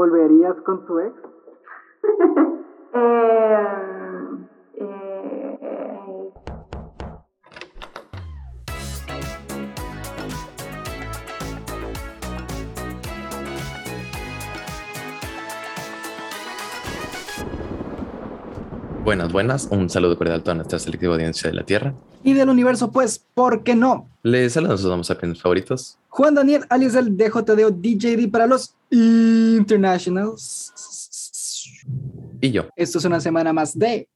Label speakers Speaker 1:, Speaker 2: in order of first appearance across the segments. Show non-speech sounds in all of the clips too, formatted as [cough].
Speaker 1: ¿Volverías con tu ex?
Speaker 2: Em, eh,
Speaker 3: Buenas, buenas. Un saludo cordial a toda nuestra selectiva audiencia de la Tierra.
Speaker 1: Y del universo, pues, ¿por qué no?
Speaker 3: Les saludan sus damas sapiens favoritos.
Speaker 1: Juan Daniel, alias el DJDO DJD para los internationals.
Speaker 3: Y yo.
Speaker 1: Esto es una semana más de...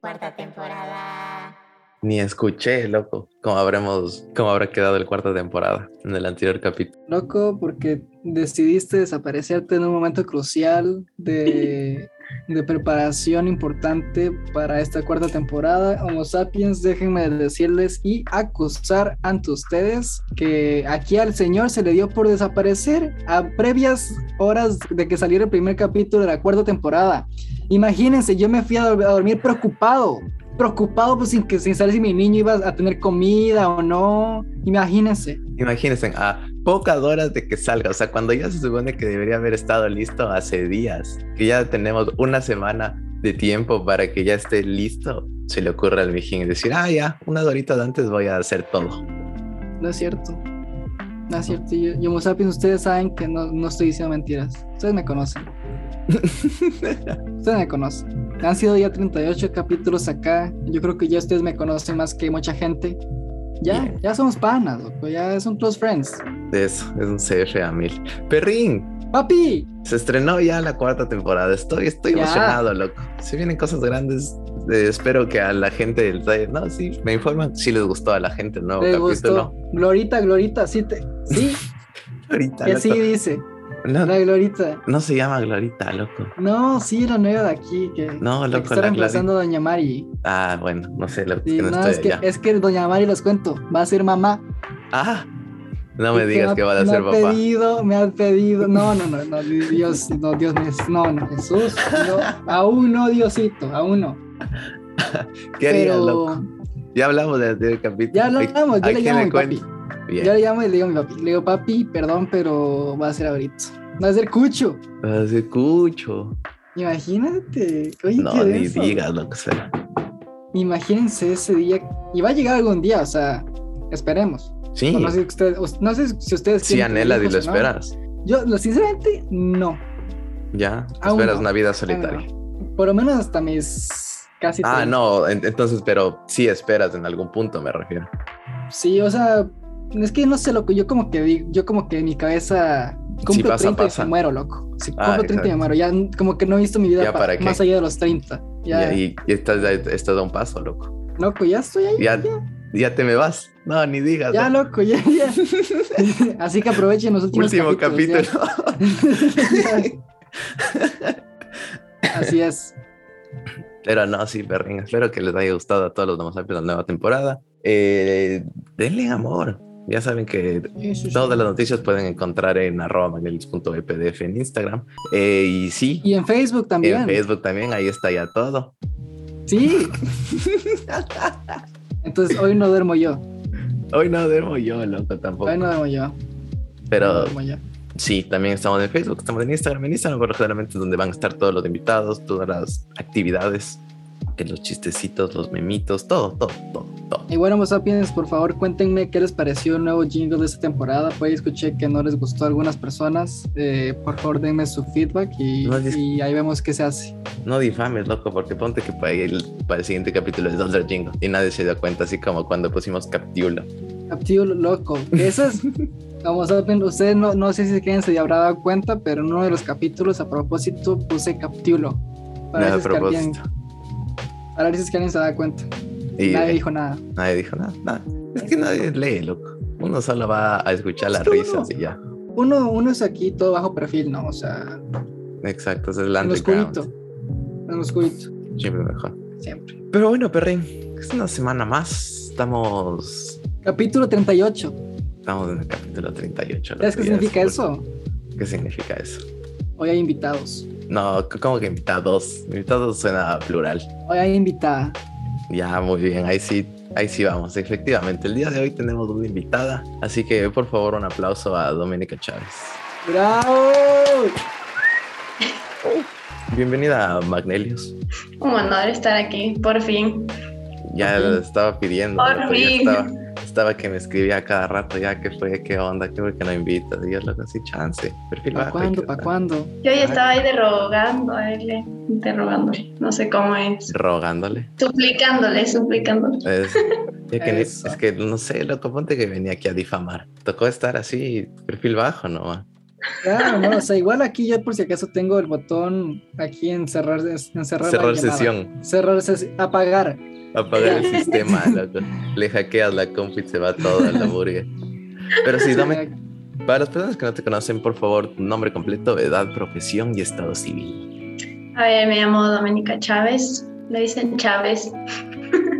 Speaker 4: Cuarta temporada.
Speaker 3: Ni escuché, loco, cómo habremos, cómo habrá quedado el cuarta temporada en el anterior capítulo.
Speaker 1: Loco, porque decidiste desaparecerte en un momento crucial de, de preparación importante para esta cuarta temporada. Homo sapiens, déjenme decirles y acusar ante ustedes que aquí al señor se le dio por desaparecer a previas horas de que saliera el primer capítulo de la cuarta temporada. Imagínense, yo me fui a, dor- a dormir preocupado. Preocupado pues sin, que, sin saber si mi niño iba a tener comida o no. Imagínense.
Speaker 3: Imagínense, a pocas horas de que salga, o sea, cuando ya se supone que debería haber estado listo hace días, que ya tenemos una semana de tiempo para que ya esté listo, se le ocurre al mijín decir, ah, ya, unas horitas antes voy a hacer todo.
Speaker 1: No es cierto. No es cierto. Yo, yo Homo sapiens, ustedes saben que no, no estoy diciendo mentiras. Ustedes
Speaker 3: [laughs]
Speaker 1: me conocen. ustedes me conocen. Han sido ya 38 capítulos acá. Yo creo que ya ustedes me conocen más que mucha gente. Ya,
Speaker 3: Bien.
Speaker 1: ya somos panas, loco. Ya son close friends.
Speaker 3: Eso, es un CF a mil. Perrín,
Speaker 1: ¡Papi!
Speaker 3: Se estrenó ya la cuarta temporada. Estoy, estoy
Speaker 1: Ya.
Speaker 3: emocionado, loco. Se vienen cosas grandes. Eh, espero que a la gente del taller- No, sí, me informan si les gustó a la gente el nuevo
Speaker 1: ¿Les
Speaker 3: capítulo.
Speaker 1: gustó? Glorita, Glorita, sí, te... sí,
Speaker 3: [laughs] Glorita,
Speaker 1: que así
Speaker 3: loco.
Speaker 1: dice.
Speaker 3: No,
Speaker 1: La Glorita.
Speaker 3: no se llama Glorita, loco.
Speaker 1: No, sí, la nueva de aquí. Que,
Speaker 3: No,
Speaker 1: la que
Speaker 3: loco,
Speaker 1: está
Speaker 3: la
Speaker 1: reemplazando a Doña Mari.
Speaker 3: Glorita. Ah, bueno, no sé, loco,
Speaker 1: Sí,
Speaker 3: que no,
Speaker 1: no,
Speaker 3: estoy
Speaker 1: es, que,
Speaker 3: allá.
Speaker 1: es que Doña Mari, les cuento, va a ser mamá.
Speaker 3: Ah, no me
Speaker 1: Y
Speaker 3: digas que va a
Speaker 1: me
Speaker 3: ser
Speaker 1: ha
Speaker 3: papá.
Speaker 1: Pedido, me han pedido, no, no, no, no, Dios, no, Dios, mío, no, no, Jesús, no, aún no, Diosito, aún no.
Speaker 3: ¿Qué haría,
Speaker 1: pero
Speaker 3: loco? Ya hablamos del anterior capítulo.
Speaker 1: ya lo hablamos,
Speaker 3: ¿A
Speaker 1: yo le
Speaker 3: quién
Speaker 1: llamo a mi
Speaker 3: cuento?
Speaker 1: papi,
Speaker 3: Bien.
Speaker 1: yo le llamo y le digo a mi papi, le digo, papi, perdón, pero va a ser ahorita, va a ser cucho,
Speaker 3: Ah, sí, Cucho.
Speaker 1: imagínate, oye,
Speaker 3: No,
Speaker 1: qué
Speaker 3: ni
Speaker 1: denso.
Speaker 3: digas, loco. o sea,
Speaker 1: imagínense ese día, y va a llegar algún día, o sea, esperemos,
Speaker 3: Sí,
Speaker 1: no, sé si ustedes, no sé si ustedes
Speaker 3: sí,
Speaker 1: quieren
Speaker 3: anhelas y
Speaker 1: hijos
Speaker 3: lo
Speaker 1: o no.
Speaker 3: esperas.
Speaker 1: Yo, lo- sinceramente, no.
Speaker 3: Ya,
Speaker 1: Aún
Speaker 3: esperas
Speaker 1: no.
Speaker 3: una vida
Speaker 1: Aún no.
Speaker 3: solitaria.
Speaker 1: Por lo menos hasta mis casi
Speaker 3: Ah,
Speaker 1: 30.
Speaker 3: no, en- entonces, pero sí esperas en algún punto, me refiero.
Speaker 1: Sí, o sea, es que no sé, loco, yo como que digo, yo como que en mi cabeza cumplo
Speaker 3: Sí, pasa,
Speaker 1: 30
Speaker 3: pasa.
Speaker 1: y me muero, loco. Si
Speaker 3: Ah,
Speaker 1: cumplo 30 y me muero, ya n- como que no he visto mi vida
Speaker 3: ¿Ya
Speaker 1: pa-
Speaker 3: para qué?
Speaker 1: más allá de los 30. Ya,
Speaker 3: Y ahí estás, estás a un paso, loco.
Speaker 1: loco, ya estoy ahí.
Speaker 3: Ya, ya te me vas. No, ni digas.
Speaker 1: Ya,
Speaker 3: loco.
Speaker 1: loco, ya, ya. [laughs] Así que aprovechen los últimos
Speaker 3: Último capítulo. [laughs]
Speaker 1: capítulos, ya. [laughs] Así es.
Speaker 3: Pero no, sí, perrín. Espero que les haya gustado a todos los demás sapiens la nueva temporada. Eh, denle amor. Ya saben que todas las noticias pueden encontrar en arroba magnelis.epdf en Instagram. Eh, y sí,
Speaker 1: Y en Facebook también.
Speaker 3: en Facebook también, ahí está ya todo.
Speaker 1: Sí. [laughs] Entonces hoy no duermo yo.
Speaker 3: Hoy no duermo yo, loco, tampoco.
Speaker 1: Hoy no duermo yo. hoy no
Speaker 3: pero
Speaker 1: duermo yo.
Speaker 3: Sí, también estamos en Facebook, estamos en Instagram, en Instagram, pero generalmente es donde van a estar todos los invitados, todas las actividades, que los chistecitos, los memitos, todo, todo, todo, todo.
Speaker 1: Y bueno, Homo Sapiens, por favor, cuéntenme qué les pareció el nuevo jingle de esta temporada. Pues escuché que no les gustó a algunas personas. Eh, por favor, denme su feedback y,
Speaker 3: No, dis-
Speaker 1: y ahí vemos qué se hace.
Speaker 3: No difames, loco, porque ponte que para el, para el siguiente capítulo es Dollar Jingo y nadie se da cuenta, así como cuando pusimos Captiula.
Speaker 1: Captivo loco.
Speaker 3: [laughs]
Speaker 1: Eso es. Homo Sapiens, ustedes no, no sé si creen se habrá dado cuenta, pero en uno de los capítulos a propósito puse Captiulo. Para,
Speaker 3: Nada a
Speaker 1: ver si es que alguien-
Speaker 3: propósito.
Speaker 1: para ver si es que alguien se da cuenta.
Speaker 3: Y
Speaker 1: Nadie
Speaker 3: eh,
Speaker 1: dijo nada.
Speaker 3: nadie dijo nada, nada. Es que nadie lee, loco. Uno solo va a escuchar las risas y ya.
Speaker 1: Uno, uno es aquí todo bajo perfil, ¿no? O sea,
Speaker 3: Exacto, ese es el
Speaker 1: en lo
Speaker 3: underground.
Speaker 1: oscurito. En lo oscurito,
Speaker 3: Siempre mejor.
Speaker 1: siempre.
Speaker 3: Pero bueno, perrín, es una semana más. Estamos
Speaker 1: Capítulo 38.
Speaker 3: Estamos en el capítulo 38.
Speaker 1: ¿Sabes qué
Speaker 3: loco, ya
Speaker 1: significa
Speaker 3: es
Speaker 1: eso?
Speaker 3: full. ¿Qué significa eso?
Speaker 1: Hoy hay invitados.
Speaker 3: No, c- como que invitados. Invitados suena a plural.
Speaker 1: Hoy hay invitada.
Speaker 3: Ya, muy bien. Ahí sí Ahí sí vamos, efectivamente. El día de hoy tenemos una invitada, así que por favor un aplauso a Doménica Chávez.
Speaker 1: ¡Bravo!
Speaker 3: Bienvenida a Magnelios.
Speaker 5: Un honor estar aquí, por fin.
Speaker 3: Ya
Speaker 1: Por fin.
Speaker 3: lo estaba pidiendo,
Speaker 5: Por
Speaker 3: loco, ya
Speaker 5: fin.
Speaker 3: estaba, estaba que me escribía a cada rato, ya que fue, qué onda, qué fue que no invitas. Y yo loco, así chance. Perfil
Speaker 1: ¿Para
Speaker 3: bajo,
Speaker 1: cuándo?
Speaker 3: ¿qué
Speaker 1: ¿Para
Speaker 3: tal?
Speaker 1: cuándo?
Speaker 5: Yo ya estaba ahí derogando a él, eh, interrogándole, no sé cómo es.
Speaker 3: Rogándole.
Speaker 5: Suplicándole, suplicándole.
Speaker 3: Es,
Speaker 1: [laughs]
Speaker 3: ya que ni-
Speaker 1: Eso.
Speaker 3: es que no sé, loco, ponte que venía aquí a difamar. Tocó estar así, perfil bajo nomás.
Speaker 1: Claro, no, o sea, igual aquí yo por si acaso tengo el botón aquí en cerrar, en cerrar, la
Speaker 3: Cerrar
Speaker 1: llamada.
Speaker 3: sesión,
Speaker 1: Cerrar sesión, apagar.
Speaker 3: apagar el
Speaker 1: [laughs]
Speaker 3: sistema, loco. Le hackeas la compu y se va todo a la burger. Pero sí, dame
Speaker 1: Eh,
Speaker 3: Para las personas que no te conocen, por favor, nombre completo, edad, profesión y estado civil.
Speaker 5: A ver, me llamo Doménica Chávez, me dicen Chávez.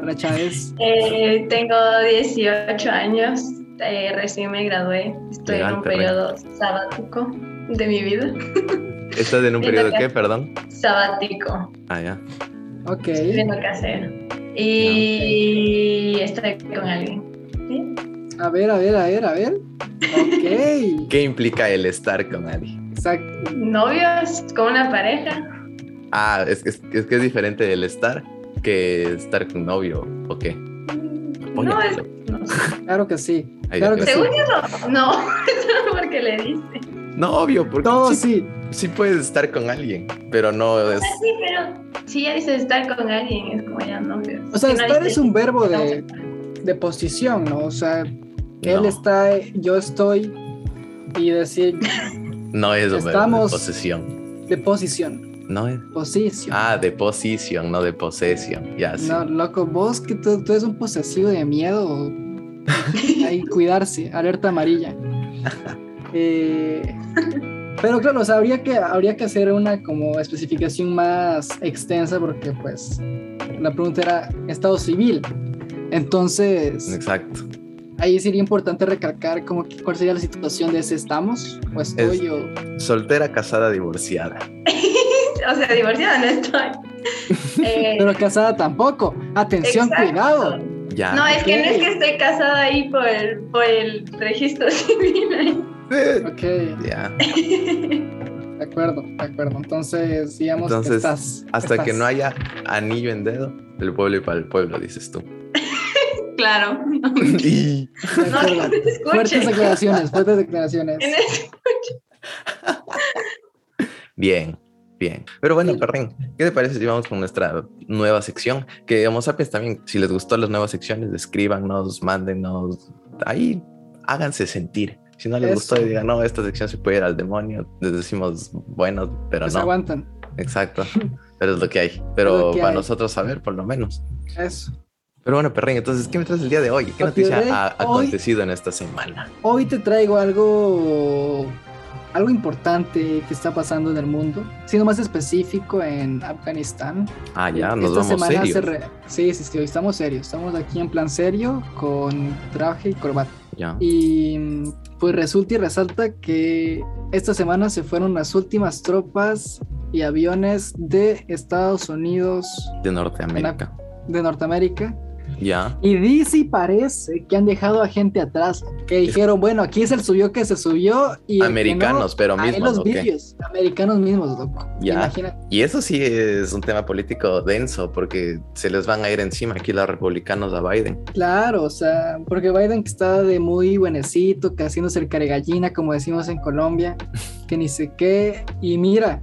Speaker 1: Hola Chávez.
Speaker 5: Eh, tengo 18 años, eh, recién me gradué, estoy en un
Speaker 3: Elegante,
Speaker 5: periodo sabático de mi vida.
Speaker 3: ¿Estás en
Speaker 5: Viendo
Speaker 3: un periodo
Speaker 5: que-
Speaker 3: qué, perdón?
Speaker 5: Sabático,
Speaker 3: Ah, ya.
Speaker 1: Ok.
Speaker 5: viendo qué hacer. Y estoy con alguien. ¿sí?
Speaker 1: A ver, a ver, a ver, a ver. Ok.
Speaker 3: ¿Qué implica el estar con alguien?
Speaker 1: Exacto.
Speaker 5: Novios, con una pareja.
Speaker 3: Ah, es, es- es que es diferente el estar que estar con novio, ¿o qué?
Speaker 5: No, es,
Speaker 3: Apóyatelo. [laughs]
Speaker 5: no sé.
Speaker 1: Claro que sí.
Speaker 3: Ahí
Speaker 1: claro
Speaker 3: ya
Speaker 1: que
Speaker 3: te-
Speaker 5: Según yo no, no, [laughs] solo porque le dice.
Speaker 3: Novio, porque
Speaker 1: Todo
Speaker 3: sí,
Speaker 1: sí.
Speaker 3: sí puedes estar con alguien, pero no es...
Speaker 5: Ah, Sí, pero si ya dice estar con alguien, es como ya novios.
Speaker 1: O sea,
Speaker 5: Si no
Speaker 1: estar
Speaker 5: dice-
Speaker 1: es un verbo de, de posición, ¿no? O sea, él
Speaker 3: no,
Speaker 1: está, yo estoy y decir
Speaker 3: no es un verbo de
Speaker 1: estamos-
Speaker 3: posesión.
Speaker 1: de posición.
Speaker 3: No es...
Speaker 1: Posición.
Speaker 3: Ah, de posición, no de posesión. Ya, sí.
Speaker 1: No, loco, vos que tú, tú eres un posesivo
Speaker 3: [laughs]
Speaker 1: de miedo. Hay que cuidarse, alerta amarilla. Eh, pero claro, o sea, habría que, habría que hacer una como especificación más extensa porque pues la pregunta era estado civil. Entonces,
Speaker 3: Exacto.
Speaker 1: ahí sería importante recalcar como que cuál sería la situación de ese estamos o estoy
Speaker 3: Es-
Speaker 1: o...
Speaker 3: Soltera, casada, divorciada.
Speaker 5: [laughs] O sea, divorciada no
Speaker 1: [laughs]
Speaker 5: estoy. Eh,
Speaker 1: Pero casada tampoco. Atención,
Speaker 5: exacto.
Speaker 1: cuidado.
Speaker 3: Ya.
Speaker 5: No, es que no es
Speaker 1: ok.
Speaker 5: que estoy casada ahí por el, por el registro [laughs] civil.
Speaker 3: Eh,
Speaker 1: Ok,
Speaker 3: Ya.
Speaker 1: de acuerdo, de acuerdo. Entonces, digamos que
Speaker 3: Entonces,
Speaker 1: estás...
Speaker 3: Hasta que
Speaker 1: estás.
Speaker 3: no haya anillo en dedo, el pueblo y para el pueblo, dices tú. [laughs]
Speaker 5: Claro. No,
Speaker 3: Y
Speaker 1: De
Speaker 5: [laughs]
Speaker 1: acuerdo.
Speaker 5: no se escuche.
Speaker 1: Fuertes declaraciones, fuertes declaraciones. este
Speaker 5: En es-
Speaker 3: bien, bien. Pero bueno, Perrin, ¿qué te parece si vamos con nuestra nueva sección? Que Homo Sapiens también, si les gustó las nuevas secciones, escríbanos, mándenos. Ahí háganse sentir. Si no les
Speaker 1: Eso.
Speaker 3: gustó y digan, no, esta sección se puede ir al demonio, les decimos, bueno, pero
Speaker 1: Nos
Speaker 3: no.
Speaker 1: aguantan.
Speaker 3: Exacto. Pero es lo que hay. Pero
Speaker 1: Pues lo que
Speaker 3: para
Speaker 1: hay.
Speaker 3: nosotros saber, por lo menos.
Speaker 1: Eso.
Speaker 3: Pero bueno, Perrin, entonces, ¿qué me traes el día de hoy? ¿Qué
Speaker 1: Lo que
Speaker 3: noticia
Speaker 1: de
Speaker 3: ha
Speaker 1: hoy-
Speaker 3: acontecido en esta semana?
Speaker 1: Hoy te traigo algo algo importante que está pasando en el mundo, siendo más específico en Afganistán.
Speaker 3: Ah, ya, nos
Speaker 1: Esta
Speaker 3: vamos
Speaker 1: semana
Speaker 3: serios.
Speaker 1: se re- Sí, sí, sí, hoy estamos serios. Estamos aquí en plan serio con traje y corbata.
Speaker 3: Ya.
Speaker 1: Y mm, pues resulta y resalta que esta semana se fueron las últimas tropas y aviones de Estados Unidos,
Speaker 3: De Norteamérica.
Speaker 1: de Norteamérica,
Speaker 3: Ya.
Speaker 1: Y dice y parece que han dejado a gente atrás. Que dijeron, bueno, aquí se subió que se subió. Y el que
Speaker 3: Americanos, pero
Speaker 1: no, ahí
Speaker 3: mismos,
Speaker 1: los
Speaker 3: ¿o qué?
Speaker 1: vidrios. Americanos mismos, loco.
Speaker 3: Ya.
Speaker 1: Imagínate.
Speaker 3: Y eso sí es un tema político denso, porque se les van a ir encima aquí los republicanos a Biden.
Speaker 1: Claro, o sea, porque Biden que está de muy buenecito, que haciéndose el caregallina, como decimos en Colombia, que ni sé qué. Y mira,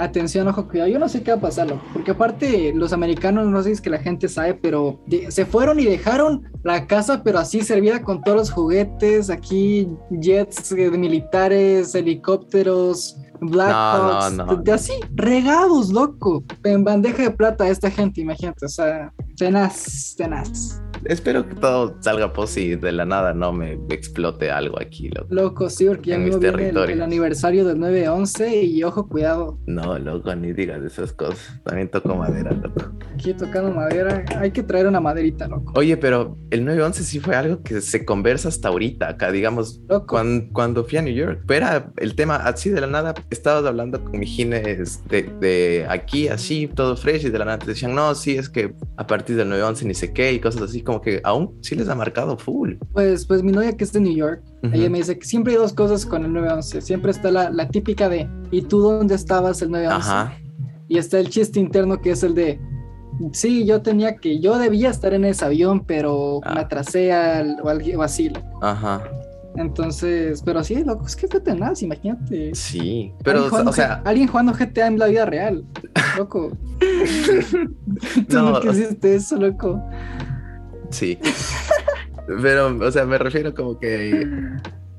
Speaker 1: atención, ojo, cuidado. Yo no sé qué va a pasar, loco, porque aparte los americanos, no sé si es que la gente sabe, pero de- se fueron y dejaron la casa, pero así servida con todos los juguetes, aquí jets eh, militares, helicópteros. Black
Speaker 3: No, no,
Speaker 1: Hawks,
Speaker 3: no,
Speaker 1: de- así, regados, loco, en bandeja de plata esta gente, imagínate, o sea, tenaz, tenaz.
Speaker 3: Espero que todo salga posi y de la nada no me explote algo aquí, loco.
Speaker 1: Loco, sí, porque ya
Speaker 3: En mis
Speaker 1: mismo viene el, el
Speaker 3: territorios.
Speaker 1: aniversario del 9-11 y ojo, cuidado,
Speaker 3: No, loco, ni digas esas cosas. También toco madera, loco.
Speaker 1: aquí tocando madera, hay que traer una maderita, loco.
Speaker 3: Oye, pero el 9-11 sí fue algo que se conversa hasta ahorita. Acá, digamos,
Speaker 1: Loco,
Speaker 3: Cuando, cuando fui a New York, pero era el tema así de la nada. Estabas hablando con mi gines de, de aquí, así, todo fresh, y de la nada te decían, no, sí, es que a partir del 9-11 ni sé qué, y cosas así. como que aún sí les ha marcado full.
Speaker 1: Pues, pues mi novia que es de New York,
Speaker 3: Ujú.
Speaker 1: ella me dice que siempre hay dos cosas con el 911. Siempre está la, la típica de, ¿y tú dónde estabas el 911?
Speaker 3: Ajá.
Speaker 1: Y está el chiste interno que es el de, sí, yo tenía que, yo debía estar en ese avión, pero me
Speaker 3: Ah.
Speaker 1: atrasé al, o, al- o así.
Speaker 3: Ajá.
Speaker 1: Entonces, pero sí, loco, es que fue tenaz, imagínate.
Speaker 3: Sí. Pero,
Speaker 1: Alguien jugando
Speaker 3: o sea,
Speaker 1: G- alguien jugando GTA en la vida real,
Speaker 3: [laughs]
Speaker 1: loco. Tú
Speaker 3: No,
Speaker 1: nunca
Speaker 3: o sea-
Speaker 1: hiciste eso, loco.
Speaker 3: Sí. Pero, o sea, me refiero como que.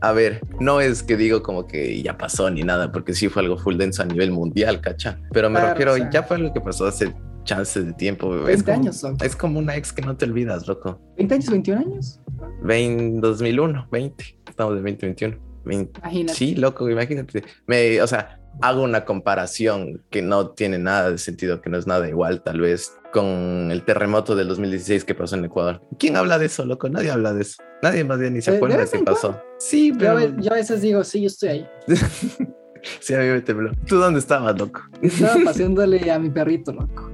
Speaker 3: A ver, no es que digo como que ya pasó ni nada, porque sí fue algo full denso a nivel mundial, cacha. Pero me
Speaker 1: Claro,
Speaker 3: refiero,
Speaker 1: o sea.
Speaker 3: ya fue algo que pasó hace chances de tiempo. es
Speaker 1: 20
Speaker 3: Pues como,
Speaker 1: años, loco.
Speaker 3: Es como una ex que no te olvidas, loco.
Speaker 1: 20 años, 21 años.
Speaker 3: 20, 2001, 20. Estamos de 2021. 20.
Speaker 1: Imagínate.
Speaker 3: Sí, loco, imagínate. Me, o sea, hago una comparación que no tiene nada de sentido, que no es nada igual, tal vez, con el terremoto del 2016 que pasó en Ecuador. ¿Quién habla de eso, loco? Nadie habla de eso. Nadie más bien ni se
Speaker 1: Eh, de
Speaker 3: acuerda de
Speaker 1: vez
Speaker 3: qué
Speaker 1: en
Speaker 3: pasó. Sí,
Speaker 1: Yo, a
Speaker 3: pero
Speaker 1: ve- yo a veces digo, sí, yo estoy ahí.
Speaker 3: sí, a mí me tembló. ¿Tú dónde estabas, loco? [laughs]
Speaker 1: Estaba paseándole a mi perrito, loco.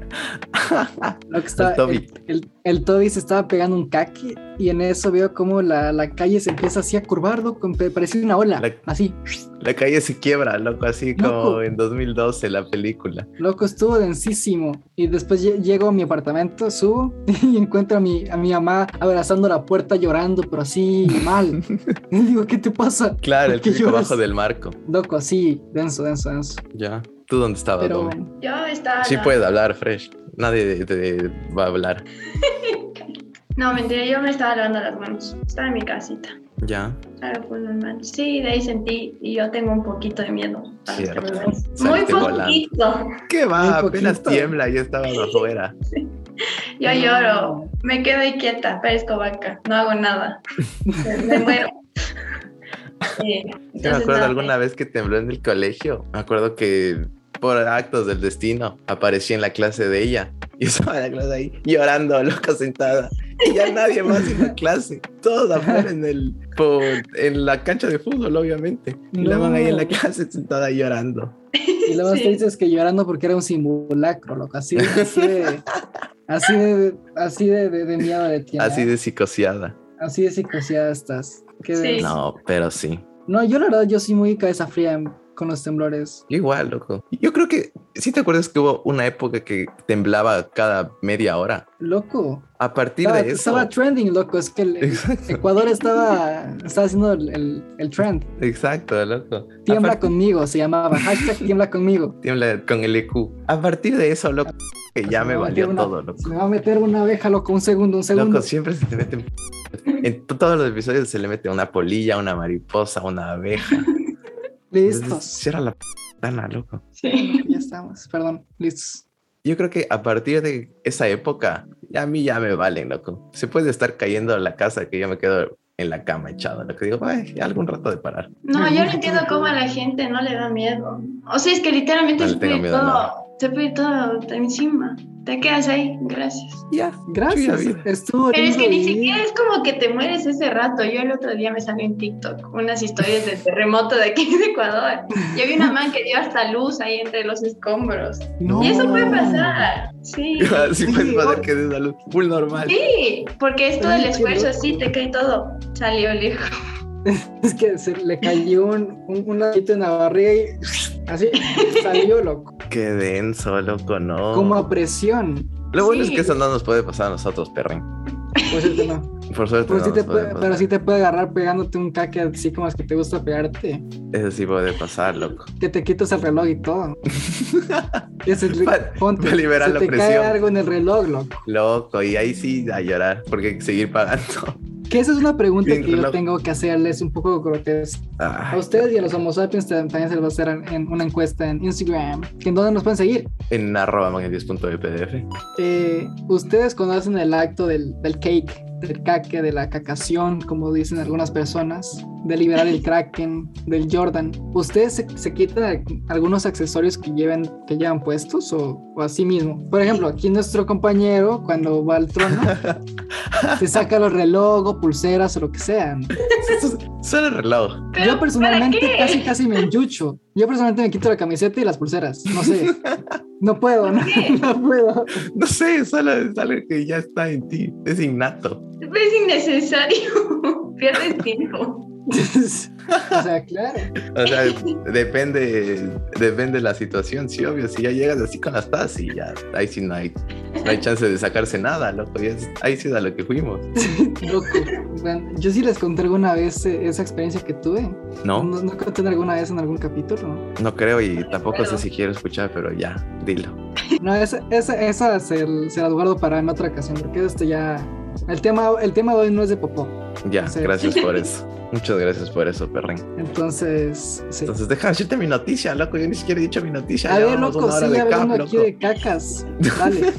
Speaker 1: Lo que estaba,
Speaker 3: Al Toby.
Speaker 1: El, el, el Toby se estaba pegando un caque y en eso veo como la, la calle se empieza así a curvar, loco. empe- Parecía una ola,
Speaker 3: La-
Speaker 1: así.
Speaker 3: La calle se quiebra, loco, así como
Speaker 1: Loco.
Speaker 3: en 2012 la película.
Speaker 1: Loco, estuvo densísimo. Y después lle- llego a mi apartamento, subo [laughs] y encuentro a mi, a mi mamá abrazando la puerta llorando, pero así
Speaker 3: [laughs]
Speaker 1: mal. Y digo, ¿qué te pasa?
Speaker 3: Claro, el
Speaker 1: ¿Por qué
Speaker 3: típico
Speaker 1: lloras?
Speaker 3: bajo del marco.
Speaker 1: Loco, así, denso, denso, denso.
Speaker 3: Ya. ¿Tú dónde estabas,
Speaker 1: Pero
Speaker 3: Domi?
Speaker 5: Yo estaba.
Speaker 3: Sí
Speaker 5: no,
Speaker 3: puedes hablar, Fresh. Nadie te- te va a hablar.
Speaker 5: No, mentira, yo me estaba lavando las manos. Estaba en mi casita.
Speaker 3: Ya.
Speaker 5: Claro, fue normal. Sí, de ahí sentí y yo tengo un poquito de miedo. a los
Speaker 3: Cierto.
Speaker 5: temblores. Muy
Speaker 3: Saliste
Speaker 5: poquito.
Speaker 3: ¿Qué va?
Speaker 1: Muy
Speaker 3: Apenas
Speaker 1: poquito.
Speaker 3: tiembla, yo estaba afuera.
Speaker 5: Yo
Speaker 1: No.
Speaker 5: lloro. Me quedo ahí quieta, parezco vaca. No hago nada. Me, me
Speaker 3: [laughs]
Speaker 5: muero. Sí,
Speaker 3: Yo
Speaker 5: entonces,
Speaker 3: me acuerdo
Speaker 5: nada, pues.
Speaker 3: alguna vez que tembló en el colegio. Me acuerdo que por actos del destino aparecí en la clase de ella. Y [laughs] estaba en la clase ahí llorando, loca sentada. Y ya nadie más en la clase. Todos afuera en, el, por- en la cancha de fútbol, obviamente. Y la van ahí en la
Speaker 1: No.
Speaker 3: clase sentada llorando.
Speaker 1: Y lo más
Speaker 5: Sí.
Speaker 1: triste es que llorando porque era un simulacro, loco. Así,
Speaker 3: [laughs]
Speaker 1: así de. Así de, así de, de- de miedo de ti.
Speaker 3: Así de psicoseada.
Speaker 1: Así de psicoseada estás. Qué
Speaker 5: Sí.
Speaker 1: denso.
Speaker 3: No, pero sí.
Speaker 1: No, yo la verdad, yo soy muy cabeza fría en- con los temblores.
Speaker 3: Yo igual, loco. Yo creo que, ¿sí te acuerdas que hubo una época que temblaba cada media hora?
Speaker 1: Loco.
Speaker 3: A partir
Speaker 1: Estaba,
Speaker 3: de eso.
Speaker 1: estaba trending, loco. Es que el- el Ecuador estaba, estaba haciendo el, el- el trend.
Speaker 3: Exacto, loco.
Speaker 1: Tiembla
Speaker 3: Aparte-
Speaker 1: conmigo, se llamaba. Hashtag tiembla conmigo.
Speaker 3: tiembla con el EQ. A partir de eso, loco, que ya me
Speaker 1: va a
Speaker 3: valió
Speaker 1: meter una-
Speaker 3: todo, loco.
Speaker 1: Se me va a meter una abeja, loco. Un segundo, un segundo.
Speaker 3: Loco, siempre se te mete. En to- todos los episodios se le mete una polilla, una mariposa, una
Speaker 1: [laughs]
Speaker 3: abeja. Entonces,
Speaker 1: Listos.
Speaker 3: Cierra la ventana, loco.
Speaker 5: Sí.
Speaker 1: Ya estamos, perdón. Listos.
Speaker 3: Yo creo que a partir de esa época, ya a mí ya me valen, loco. Se puede estar cayendo a la casa que yo me quedo en la cama echado, loco. Digo, ay, ya algún rato de parar.
Speaker 5: No,
Speaker 1: Ay,
Speaker 5: yo
Speaker 1: no
Speaker 5: no entiendo
Speaker 1: tengo
Speaker 5: cómo a la gente no le da miedo. O sea, es que literalmente
Speaker 3: No le
Speaker 5: se puede
Speaker 3: tengo
Speaker 5: ir
Speaker 3: miedo a nada.
Speaker 5: todo, se puede ir todo de encima. Te quedas ahí, gracias.
Speaker 3: Ya. [laughs]
Speaker 1: Gracias.
Speaker 3: Chuya vida.
Speaker 1: Estuvo
Speaker 5: Pero es
Speaker 1: lindo
Speaker 5: que ni
Speaker 1: vivir.
Speaker 5: siquiera es como que te mueres ese rato. Yo el otro día me salió en TikTok unas historias del terremoto de aquí de Ecuador. Yo vi una man que dio hasta luz ahí entre los escombros.
Speaker 1: No.
Speaker 5: Y eso puede pasar. Sí.
Speaker 3: Así puede pasar que de salud. Full normal.
Speaker 5: Sí, porque es todo el
Speaker 1: Ay, qué
Speaker 5: esfuerzo,
Speaker 1: loco.
Speaker 5: sí, te cae todo. Salió lejos.
Speaker 1: Es que se le cayó un, un, un ladito en la barriga y así salió, loco.
Speaker 3: Qué denso, loco, no.
Speaker 1: Como a presión. Pues,
Speaker 3: Lo bueno es
Speaker 5: Sí.
Speaker 3: que eso no nos puede pasar a nosotros, perrín. [laughs]
Speaker 1: Por cierto, no.
Speaker 3: Por suerte no
Speaker 1: Pero Pues sí, te
Speaker 3: nos puede
Speaker 1: puede,
Speaker 3: pasar.
Speaker 1: pero sí te puede agarrar pegándote un caque así como es que te gusta pegarte.
Speaker 3: Eso sí puede pasar, loco.
Speaker 1: Que te quitas el reloj y
Speaker 3: [laughs]
Speaker 1: todo. Ese es-
Speaker 3: Pa-
Speaker 1: ponte.
Speaker 3: pa liberar
Speaker 1: se
Speaker 3: la
Speaker 1: te cae
Speaker 3: presión.
Speaker 1: algo en el reloj, loco.
Speaker 3: Loco, y ahí sí a llorar, porque hay que seguir pagando. [laughs]
Speaker 1: Que esa es una pregunta
Speaker 3: Bien,
Speaker 1: que yo
Speaker 3: reloj.
Speaker 1: tengo que hacerles un poco grotesca.
Speaker 3: Ah,
Speaker 1: A ustedes y a los Homo sapiens tam- también se les va a hacer en, en una encuesta en Instagram. que ¿En dónde nos pueden seguir?
Speaker 3: en arroba [laughs] magnetis.epdf.
Speaker 1: Eh, ustedes conocen el acto del, del cake, del caque, de la cacación, como dicen algunas personas, de liberar el kraken, del Jordan. ¿Ustedes se, se quitan al- algunos accesorios que lleven, que llevan puestos o, o así mismo? Por ejemplo, aquí nuestro compañero, cuando va al trono, se saca los relojes, pulseras o lo que sean.
Speaker 3: Solo el reloj.
Speaker 5: Pero,
Speaker 1: Yo personalmente
Speaker 5: ¿para qué?
Speaker 1: casi casi me enchucho. Yo personalmente me quito la camiseta y las pulseras. No sé. No puedo, no, [laughs]
Speaker 5: qué?
Speaker 1: no puedo. [laughs]
Speaker 3: No sé, solo es algo que ya está en ti, es innato.
Speaker 5: Es innecesario. [laughs] Pierdes tiempo.
Speaker 1: o sea, claro.
Speaker 3: O
Speaker 1: [laughs]
Speaker 3: sea, depende, depende de la situación, sí, obvio. Si ya llegas así con las tazas y ya, ahí sí no hay, no hay chance de sacarse nada, loco. ya es- ahí sí da lo que fuimos,
Speaker 1: Loco. Bueno, yo sí les conté alguna vez eh, esa experiencia que tuve.
Speaker 3: ¿no?
Speaker 1: No, no conté alguna vez en algún capítulo.
Speaker 3: No creo y tampoco sé si quiero escuchar, pero ya, dilo.
Speaker 1: No, esa, esa, esa se, se las guardo para en otra ocasión, porque este ya. El tema, el tema de hoy no es de popó.
Speaker 3: Ya,
Speaker 1: Sí.
Speaker 3: gracias
Speaker 1: [laughs]
Speaker 3: por eso. Muchas gracias por eso, perren.
Speaker 1: Entonces, sí.
Speaker 3: Entonces, deja de decirte mi noticia, loco. Yo ni siquiera he dicho mi noticia.
Speaker 1: A
Speaker 3: ya
Speaker 1: ver,
Speaker 3: vamos
Speaker 1: loco,
Speaker 3: una hora
Speaker 1: sigue
Speaker 3: de cap,
Speaker 1: hablando aquí
Speaker 3: loco.
Speaker 1: de cacas.
Speaker 3: [laughs]
Speaker 1: Dale.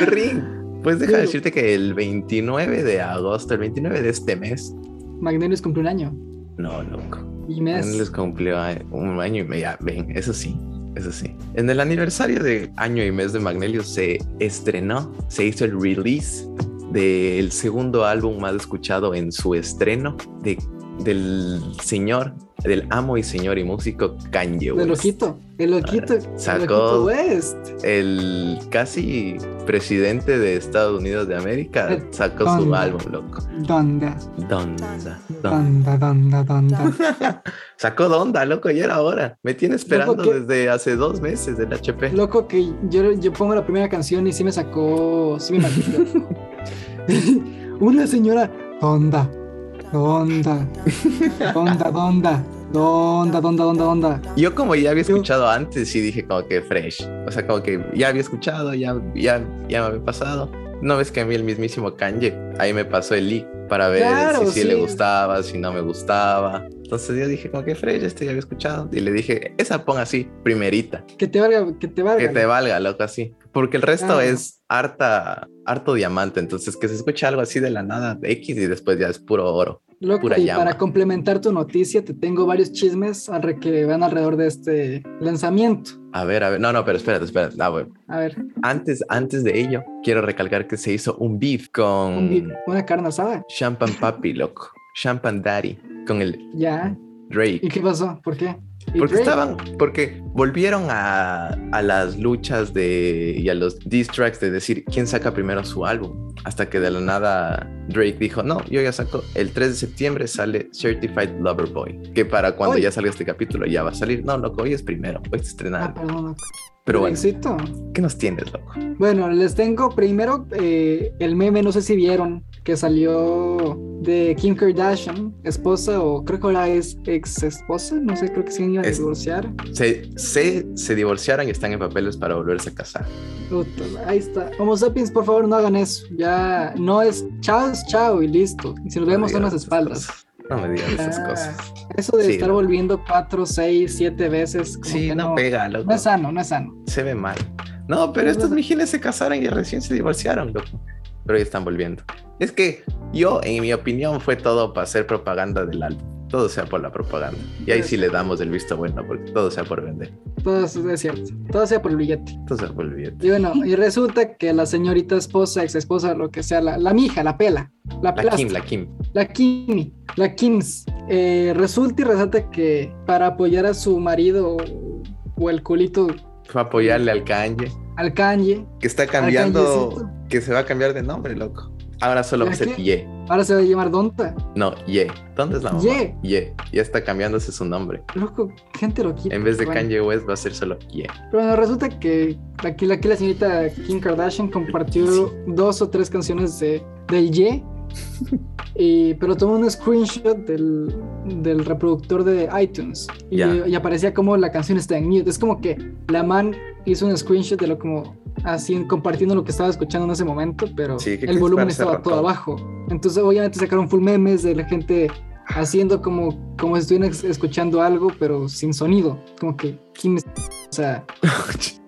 Speaker 3: Perrín. Pues deja de
Speaker 1: Pero-
Speaker 3: decirte que el 29 de agosto, el 29 de este mes,
Speaker 1: Magnelius cumple un año.
Speaker 3: no, loco.
Speaker 1: Y
Speaker 3: Él les
Speaker 1: mes.
Speaker 3: cumplió a- un año y medio. Ven, eso sí, eso sí. En el aniversario de año y mes de Magnelio se estrenó, se hizo el release del segundo álbum más escuchado en su estreno de, del señor, del amo y señor y músico Kanye
Speaker 1: De
Speaker 3: West.
Speaker 1: loquito. El loquito.
Speaker 3: Sacó-
Speaker 1: El loquito West.
Speaker 3: El casi presidente de Estados Unidos de América
Speaker 1: Eh,
Speaker 3: sacó su
Speaker 1: Donda.
Speaker 3: álbum, loco.
Speaker 1: Donda.
Speaker 3: Donda, Donda.
Speaker 1: Donda, donda, donda.
Speaker 3: Sacó Donda, loco, ya era hora. Me tiene esperando
Speaker 1: que-
Speaker 3: desde hace dos meses del HP.
Speaker 1: Loco que yo, yo pongo la primera canción y sí me sacó, sí me mató. Una señora, donda, donda, donda, donda, donda, donda, donda, donda.
Speaker 3: Yo como ya había
Speaker 1: Yo-
Speaker 3: escuchado antes y dije como que fresh, o sea, como que ya había escuchado, ya, ya, ya me había pasado. No ves que a mí el mismísimo Kanye, ahí me pasó el link para ver
Speaker 1: Claro,
Speaker 3: si sí, le
Speaker 1: sí.
Speaker 3: gustaba, si no me gustaba. Entonces yo dije como que fresh, este ya había escuchado. Y le dije, esa pon así, primerita,
Speaker 1: Que te valga, que te valga.
Speaker 3: que te valga, loco, así. Porque el resto
Speaker 1: Claro.
Speaker 3: es harta, harto diamante, entonces que se escuche algo así de la nada, de X y después ya es puro oro.
Speaker 1: Loco,
Speaker 3: pura
Speaker 1: y
Speaker 3: llama.
Speaker 1: para complementar tu noticia, te tengo varios chismes alre- que van alrededor de este lanzamiento.
Speaker 3: A ver, a ver, no, no, pero espérate, espérate. Ah, bueno.
Speaker 1: A ver,
Speaker 3: Antes, antes de ello, quiero recalcar que se hizo un beef con
Speaker 1: un vi- una carne asada.
Speaker 3: Champagne Papi, loco. Champagne Daddy, con el
Speaker 1: Ya. ¿Y
Speaker 3: Drake.
Speaker 1: qué pasó? ¿Por qué? ¿Y
Speaker 3: Porque
Speaker 1: Drake?
Speaker 3: estaban, porque volvieron a, a las luchas de, y a los diss tracks de decir quién saca primero su álbum. Hasta que de la nada Drake dijo, no, yo ya saco, el 3 de septiembre sale Certified Lover Boy. Que para cuando
Speaker 1: Hoy.
Speaker 3: ya salga este capítulo ya va a salir. No, loco, hoy es primero, hoy se
Speaker 1: Ah,
Speaker 3: estrena.
Speaker 1: perdón, loco.
Speaker 3: Pero bueno,
Speaker 1: Dracecito.
Speaker 3: ¿qué nos tienes, loco?
Speaker 1: Bueno, les tengo primero eh, el meme, no sé si vieron, que salió de Kim Kardashian, esposa o creo que ahora es ex esposa, no sé, creo que se iban a
Speaker 3: Es-
Speaker 1: divorciar.
Speaker 3: se, se, se divorciaron y están en papeles para volverse a casar.
Speaker 1: Puta, ahí está. Homo sapiens, por favor, no hagan eso. Ya no es chao, es chao y listo. Y si nos vemos
Speaker 3: No
Speaker 1: son
Speaker 3: me
Speaker 1: las
Speaker 3: digas esas
Speaker 1: espaldas.
Speaker 3: cosas. No me digas esas
Speaker 1: Ah,
Speaker 3: cosas.
Speaker 1: Eso de
Speaker 3: Sí,
Speaker 1: estar
Speaker 3: no.
Speaker 1: volviendo cuatro, seis, siete veces. como
Speaker 3: Sí,
Speaker 1: que
Speaker 3: no, pega, loco.
Speaker 1: no es sano, no es sano.
Speaker 3: Se ve mal. No, pero
Speaker 1: No,
Speaker 3: estos
Speaker 1: no.
Speaker 3: migines se casaron y recién se divorciaron, loco. Pero ya están volviendo. Es que yo, en mi opinión, fue todo para hacer propaganda del álbum. Todo sea por la propaganda. Y ahí sí le damos el visto bueno, porque todo sea por vender.
Speaker 1: Todo eso es cierto. Todo sea por el billete.
Speaker 3: Todo sea por el billete.
Speaker 1: Y bueno, y resulta que la señorita esposa, ex esposa, lo que sea, la, la mija, la pela, la
Speaker 3: La
Speaker 1: plasta,
Speaker 3: Kim, la Kim.
Speaker 1: la Kimi, la Kims, eh, resulta y resalta que para apoyar a su marido o- o el culito
Speaker 3: Fue a apoyarle al Kanye,
Speaker 1: al Kanye,
Speaker 3: que está cambiando,
Speaker 1: Kanyecito.
Speaker 3: que se va a cambiar de nombre, loco. Ahora solo va a
Speaker 1: ¿La
Speaker 3: ser
Speaker 1: qué?
Speaker 3: Ye.
Speaker 1: ahora se va a llamar Donta.
Speaker 3: No, Ye. ¿Dónde es la mamá?
Speaker 1: Ye.
Speaker 3: Ye. Ya está cambiándose su nombre.
Speaker 1: Loco, gente lo quita.
Speaker 3: En vez de
Speaker 1: bueno.
Speaker 3: Kanye West va a ser solo Ye.
Speaker 1: Pero bueno, resulta que aquí, aquí la señorita Kim Kardashian compartió dos o tres canciones de, del Ye, y, pero tomó un screenshot del, del reproductor de iTunes y,
Speaker 3: Ya.
Speaker 1: y aparecía como la canción está en mute. Es como que la man hizo un screenshot de lo como así compartiendo lo que estaba escuchando en ese momento, pero
Speaker 3: Sí, ¿qué
Speaker 1: el
Speaker 3: crees?
Speaker 1: volumen
Speaker 3: Parece
Speaker 1: estaba
Speaker 3: ratón.
Speaker 1: todo abajo. Entonces obviamente sacaron full memes de la gente haciendo como, como si estuvieran ex- escuchando algo, pero sin sonido. Como que Kim... O sea,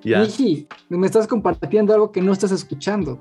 Speaker 3: ya.
Speaker 1: Miji, me estás compartiendo algo que no
Speaker 3: [laughs]
Speaker 1: estás escuchando.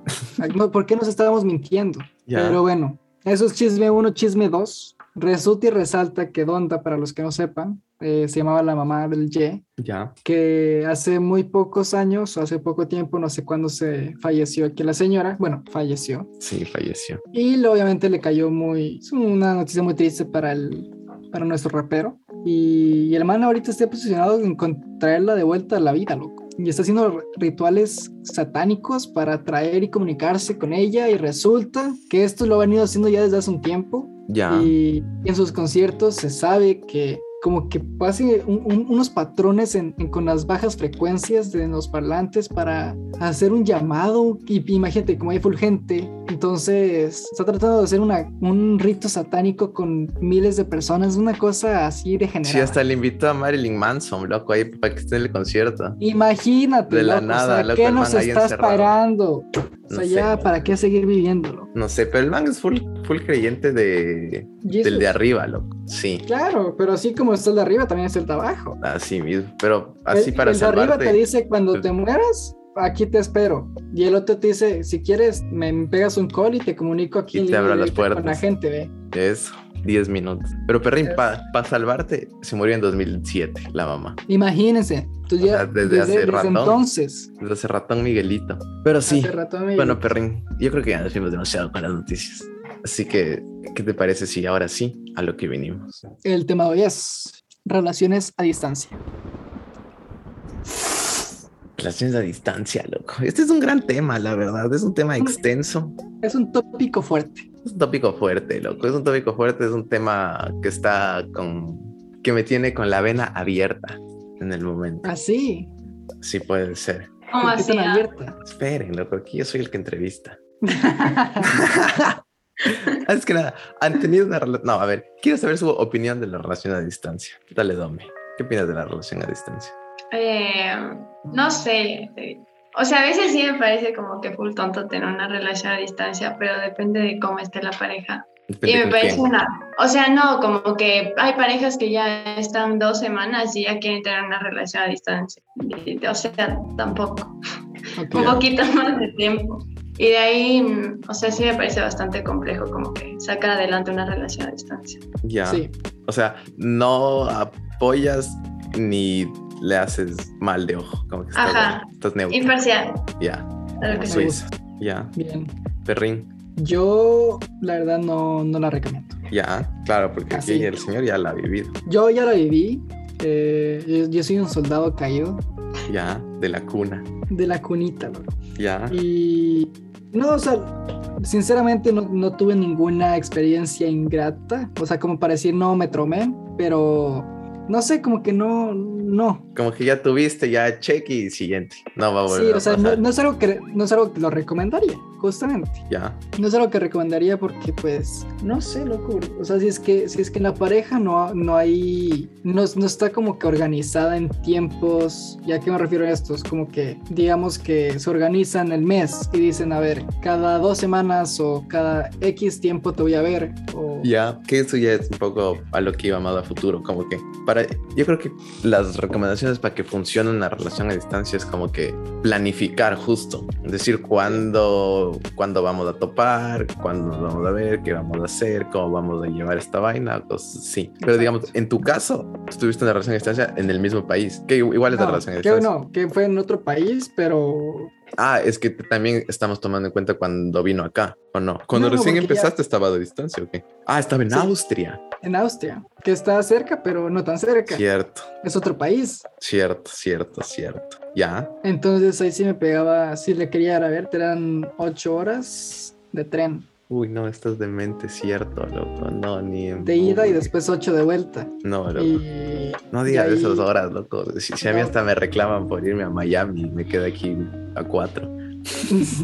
Speaker 1: No, ¿Por qué nos estábamos mintiendo?
Speaker 3: Ya.
Speaker 1: Pero bueno, eso es chisme 1, chisme 2. Resulta y resalta que Donda, para los que no sepan, eh, se llamaba la mamá del Ye,
Speaker 3: Ya.
Speaker 1: que hace muy pocos años, o hace poco tiempo, no sé cuándo se falleció aquí la señora, bueno, falleció.
Speaker 3: Sí, falleció.
Speaker 1: Y lo- obviamente le cayó muy, es una noticia muy triste para el, para nuestro rapero. Y, y el man ahorita está posicionado en contraerla de vuelta a la vida, loco. y está haciendo rituales satánicos para atraer y comunicarse con ella y resulta que esto lo ha venido haciendo ya desde hace un tiempo
Speaker 3: Ya.
Speaker 1: y en sus conciertos se sabe que como que pase un- un- unos patrones en- en- con las bajas frecuencias de los parlantes para hacer un llamado y y imagínate como hay full gente entonces está tratando de hacer una- un rito satánico con miles de personas una cosa así degenerada
Speaker 3: Sí, hasta le invitó a Marilyn Manson, loco, ahí para que esté en el concierto.
Speaker 1: Imagínate,
Speaker 3: De la
Speaker 1: loco, o
Speaker 3: nada,
Speaker 1: sea,
Speaker 3: loco,
Speaker 1: ¿qué
Speaker 3: el
Speaker 1: nos
Speaker 3: man ahí
Speaker 1: estás
Speaker 3: encerrado.
Speaker 1: parando? O sea,
Speaker 3: No sé.
Speaker 1: ya, ¿para qué seguir viviéndolo?
Speaker 3: No sé, pero el man es full, full creyente de,
Speaker 1: Y eso-
Speaker 3: del de arriba, loco. Sí,
Speaker 1: Claro, pero así como está el de arriba, también está el de abajo.
Speaker 3: así mismo. Pero así
Speaker 1: el,
Speaker 3: para
Speaker 1: el de arriba te
Speaker 3: salvarte. Pues
Speaker 1: dice, cuando te mueras, aquí te espero. Y el otro te dice, si quieres, me pegas un call y te comunico aquí
Speaker 3: Y
Speaker 1: en
Speaker 3: te
Speaker 1: línea
Speaker 3: abro las
Speaker 1: directa con la
Speaker 3: puertas.
Speaker 1: gente, ve.
Speaker 3: Es 10 minutos. Pero Perrin,
Speaker 1: Es-
Speaker 3: para salvarte, se murió en 2007 la mamá.
Speaker 1: Imagínense, tú
Speaker 3: O
Speaker 1: ya-
Speaker 3: sea, desde hace ratón.
Speaker 1: entonces.
Speaker 3: Desde hace ratón Miguelito. Pero sí,
Speaker 1: hace rato me-
Speaker 3: bueno, Perrin, yo creo que ya nos fuimos demasiado con las noticias. Así que, ¿qué te parece si ahora sí a lo que vinimos?
Speaker 1: El tema de hoy es relaciones a distancia.
Speaker 3: Relaciones a distancia, loco. Este es un gran tema, la verdad. Es un tema extenso.
Speaker 1: Es un tópico fuerte.
Speaker 3: Es un tópico fuerte, loco. Es un tópico fuerte. Es un tema que está con. que me tiene con la vena abierta en el momento.
Speaker 1: Así,
Speaker 3: Sí, puede ser.
Speaker 5: ¿Cómo
Speaker 1: ¿por qué
Speaker 5: así?
Speaker 1: tan
Speaker 5: ah?
Speaker 1: abierta?
Speaker 3: Esperen, loco. Aquí yo soy el que entrevista. [laughs] es que nada, han tenido una relación. No, a ver, quiero saber su opinión de la relación a distancia. Dale, Dome. ¿Qué opinas de la relación a distancia?
Speaker 5: Eh, no sé. eh, O sea, a veces sí me parece como que full tonto tener una relación a distancia, pero depende de cómo esté la pareja.
Speaker 3: Depende
Speaker 5: y me
Speaker 3: con
Speaker 5: parece
Speaker 3: quién.
Speaker 5: una. O sea, no, como que hay parejas que ya están dos semanas y ya quieren tener una relación a distancia. Y- O sea, tampoco.
Speaker 1: Ok.
Speaker 5: Un
Speaker 3: Ya.
Speaker 5: poquito [laughs] más de tiempo. Y de ahí, mm, o sea, sí me parece bastante complejo como que sacar adelante una relación a distancia.
Speaker 3: Ya.
Speaker 1: Sí,
Speaker 3: O sea, no apoyas ni le haces mal de ojo. Como que estás,
Speaker 5: Ajá.
Speaker 3: estás neutro.
Speaker 5: Imparcial.
Speaker 3: Ya.
Speaker 5: claro que
Speaker 1: me
Speaker 5: sí.
Speaker 3: Suiza.
Speaker 1: gusta.
Speaker 3: Ya.
Speaker 1: bien.
Speaker 3: Perrín.
Speaker 1: Yo, la verdad, no, no la recomiendo.
Speaker 3: Ya. Claro, porque aquí
Speaker 1: Así.
Speaker 3: el señor ya la ha vivido.
Speaker 1: Yo ya la viví. eh, yo, yo soy un soldado caído
Speaker 3: Ya. De la cuna.
Speaker 1: de la cunita, loco.
Speaker 3: Ya.
Speaker 1: Y no, o sea, sinceramente no, no tuve ninguna experiencia ingrata. O sea, como para decir, no, me tromé, pero no sé, como que no, no.
Speaker 3: Como que ya tuviste, ya check y siguiente. No va a volver.
Speaker 1: Sí,
Speaker 3: a
Speaker 1: o sea, no,
Speaker 3: pasar.
Speaker 1: no es algo que, no es algo que lo recomendaría, justamente.
Speaker 3: Ya.
Speaker 1: No es algo que recomendaría porque, pues, no sé, loco. O sea, si es que, si es que en la pareja no, no hay, no, no está como que organizada en tiempos. ¿Y a qué me refiero a esto? Es como que, digamos que se organizan el mes y dicen, a ver, cada dos semanas o cada X tiempo te voy a ver. O...
Speaker 3: Ya. Que eso ya es un poco a lo que iba más a futuro. Como que para. Yo creo que las recomendaciones para que funcione una relación a distancia es como que planificar justo, es decir cuándo, cuándo vamos a topar, cuándo nos vamos a ver, qué vamos a hacer, cómo vamos a llevar esta vaina, cosas así. Pero digamos, en tu caso, tú tuviste una relación a distancia en el mismo país, que igual es la
Speaker 1: No,
Speaker 3: relación a
Speaker 1: que,
Speaker 3: distancia.
Speaker 1: no, que fue en otro país, pero
Speaker 3: Ah, es que también estamos tomando en cuenta cuando vino acá, ¿o no? Cuando
Speaker 1: No, no,
Speaker 3: recién
Speaker 1: porque ya-
Speaker 3: empezaste estaba a distancia, ¿o qué? Ah, estaba en
Speaker 1: Sí.
Speaker 3: Austria.
Speaker 1: en Austria, que está cerca, pero no tan cerca.
Speaker 3: Cierto,
Speaker 1: Es otro país.
Speaker 3: cierto, cierto, cierto. Ya,
Speaker 1: Entonces ahí sí me pegaba, si le quería ir a ver, te eran ocho horas de tren,
Speaker 3: Uy, no, estás demente, cierto, loco. No, ni en
Speaker 1: de ida y
Speaker 3: burro.
Speaker 1: después ocho de vuelta.
Speaker 3: No, loco. [laughs]
Speaker 1: Y
Speaker 3: No digas
Speaker 1: y ahí-
Speaker 3: esas horas, loco. Si, si a mí
Speaker 1: No.
Speaker 3: hasta me reclaman por irme a Miami, me quedo aquí a cuatro.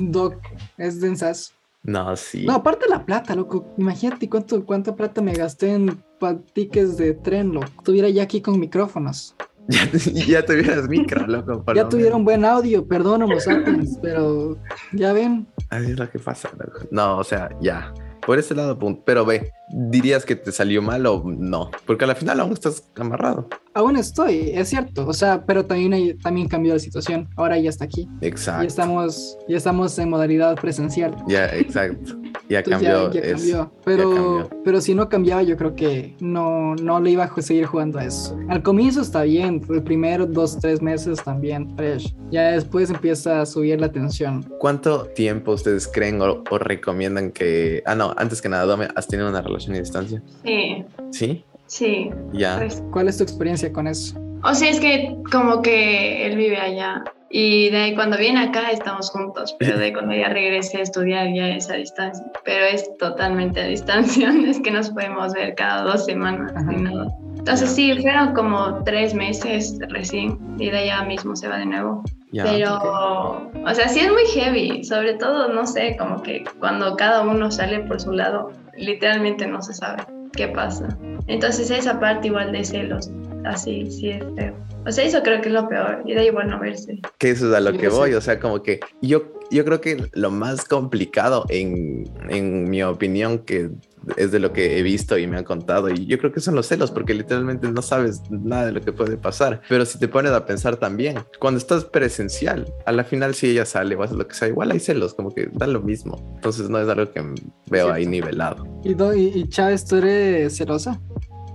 Speaker 1: Doc, es densazo.
Speaker 3: No, sí.
Speaker 1: No, aparte la plata, loco. Imagínate cuánto, cuánta plata me gasté en pa- tickets de tren, loco. Estuviera ya aquí con micrófonos.
Speaker 3: [laughs] Ya, ya tuvieras micro, loco. por
Speaker 1: Ya
Speaker 3: lo menos.
Speaker 1: tuvieron buen audio, perdón, Homo
Speaker 3: [laughs]
Speaker 1: sapiens, pero ya ven.
Speaker 3: Así es lo que pasa, loco. No, o sea, ya. Por ese lado, pun- pero ve, ¿dirías que te salió mal o no? Porque al final aún estás amarrado.
Speaker 1: Aún estoy, es cierto. O sea, pero también, hay- también cambió la situación. Ahora ya está aquí. Ya
Speaker 3: Exacto.
Speaker 1: estamos, ya estamos en modalidad presencial.
Speaker 3: Ya, exacto.
Speaker 1: [laughs]
Speaker 3: Ya
Speaker 1: Entonces
Speaker 3: cambió.
Speaker 1: ya, ya
Speaker 3: es-
Speaker 1: cambió. Pero,
Speaker 3: cambió.
Speaker 1: pero si no cambiaba, yo creo que no, no le iba a ju- seguir jugando a eso. Al comienzo está bien, el primero dos, tres meses también, fresh. Ya después empieza a subir la tensión.
Speaker 3: ¿Cuánto tiempo ustedes creen o, o recomiendan que... Ah, no, antes que nada, Dome, ¿has tenido una relación a distancia?
Speaker 5: Sí,
Speaker 3: ¿Sí?
Speaker 5: sí.
Speaker 3: Ya.
Speaker 5: pues,
Speaker 1: ¿Cuál es tu experiencia con eso?
Speaker 5: O sea, es que como que él vive allá Y de ahí cuando viene acá estamos juntos, pero de ahí cuando ya regrese a estudiar ya es a distancia. Pero es totalmente a distancia, [laughs] es que nos podemos ver cada dos semanas.
Speaker 1: Ajá.
Speaker 5: ni nada. Entonces sí, fueron como tres meses recién y de allá mismo se va de nuevo.
Speaker 3: Ya,
Speaker 5: Pero,
Speaker 3: ok.
Speaker 5: o sea, sí es muy heavy, sobre todo, no sé, como que cuando cada uno sale por su lado, literalmente no se sabe qué pasa. Entonces esa parte igual de celos, así, sí es feo. O sea, eso creo que es lo peor, y de ahí bueno verse.
Speaker 3: que eso es a lo
Speaker 1: Sí,
Speaker 3: que
Speaker 1: sí.
Speaker 3: voy, o sea, como que yo, yo creo que lo más complicado en, en mi opinión, que es de lo que he visto y me han contado, y yo creo que son los celos, porque literalmente no sabes nada de lo que puede pasar, pero si te pones a pensar también, cuando estás presencial, a la final si ella sale o hace lo que sea, igual hay celos, como que da lo mismo, entonces no es algo que veo ahí nivelado.
Speaker 1: Y, do- y, y Chávez, ¿tú eres celosa?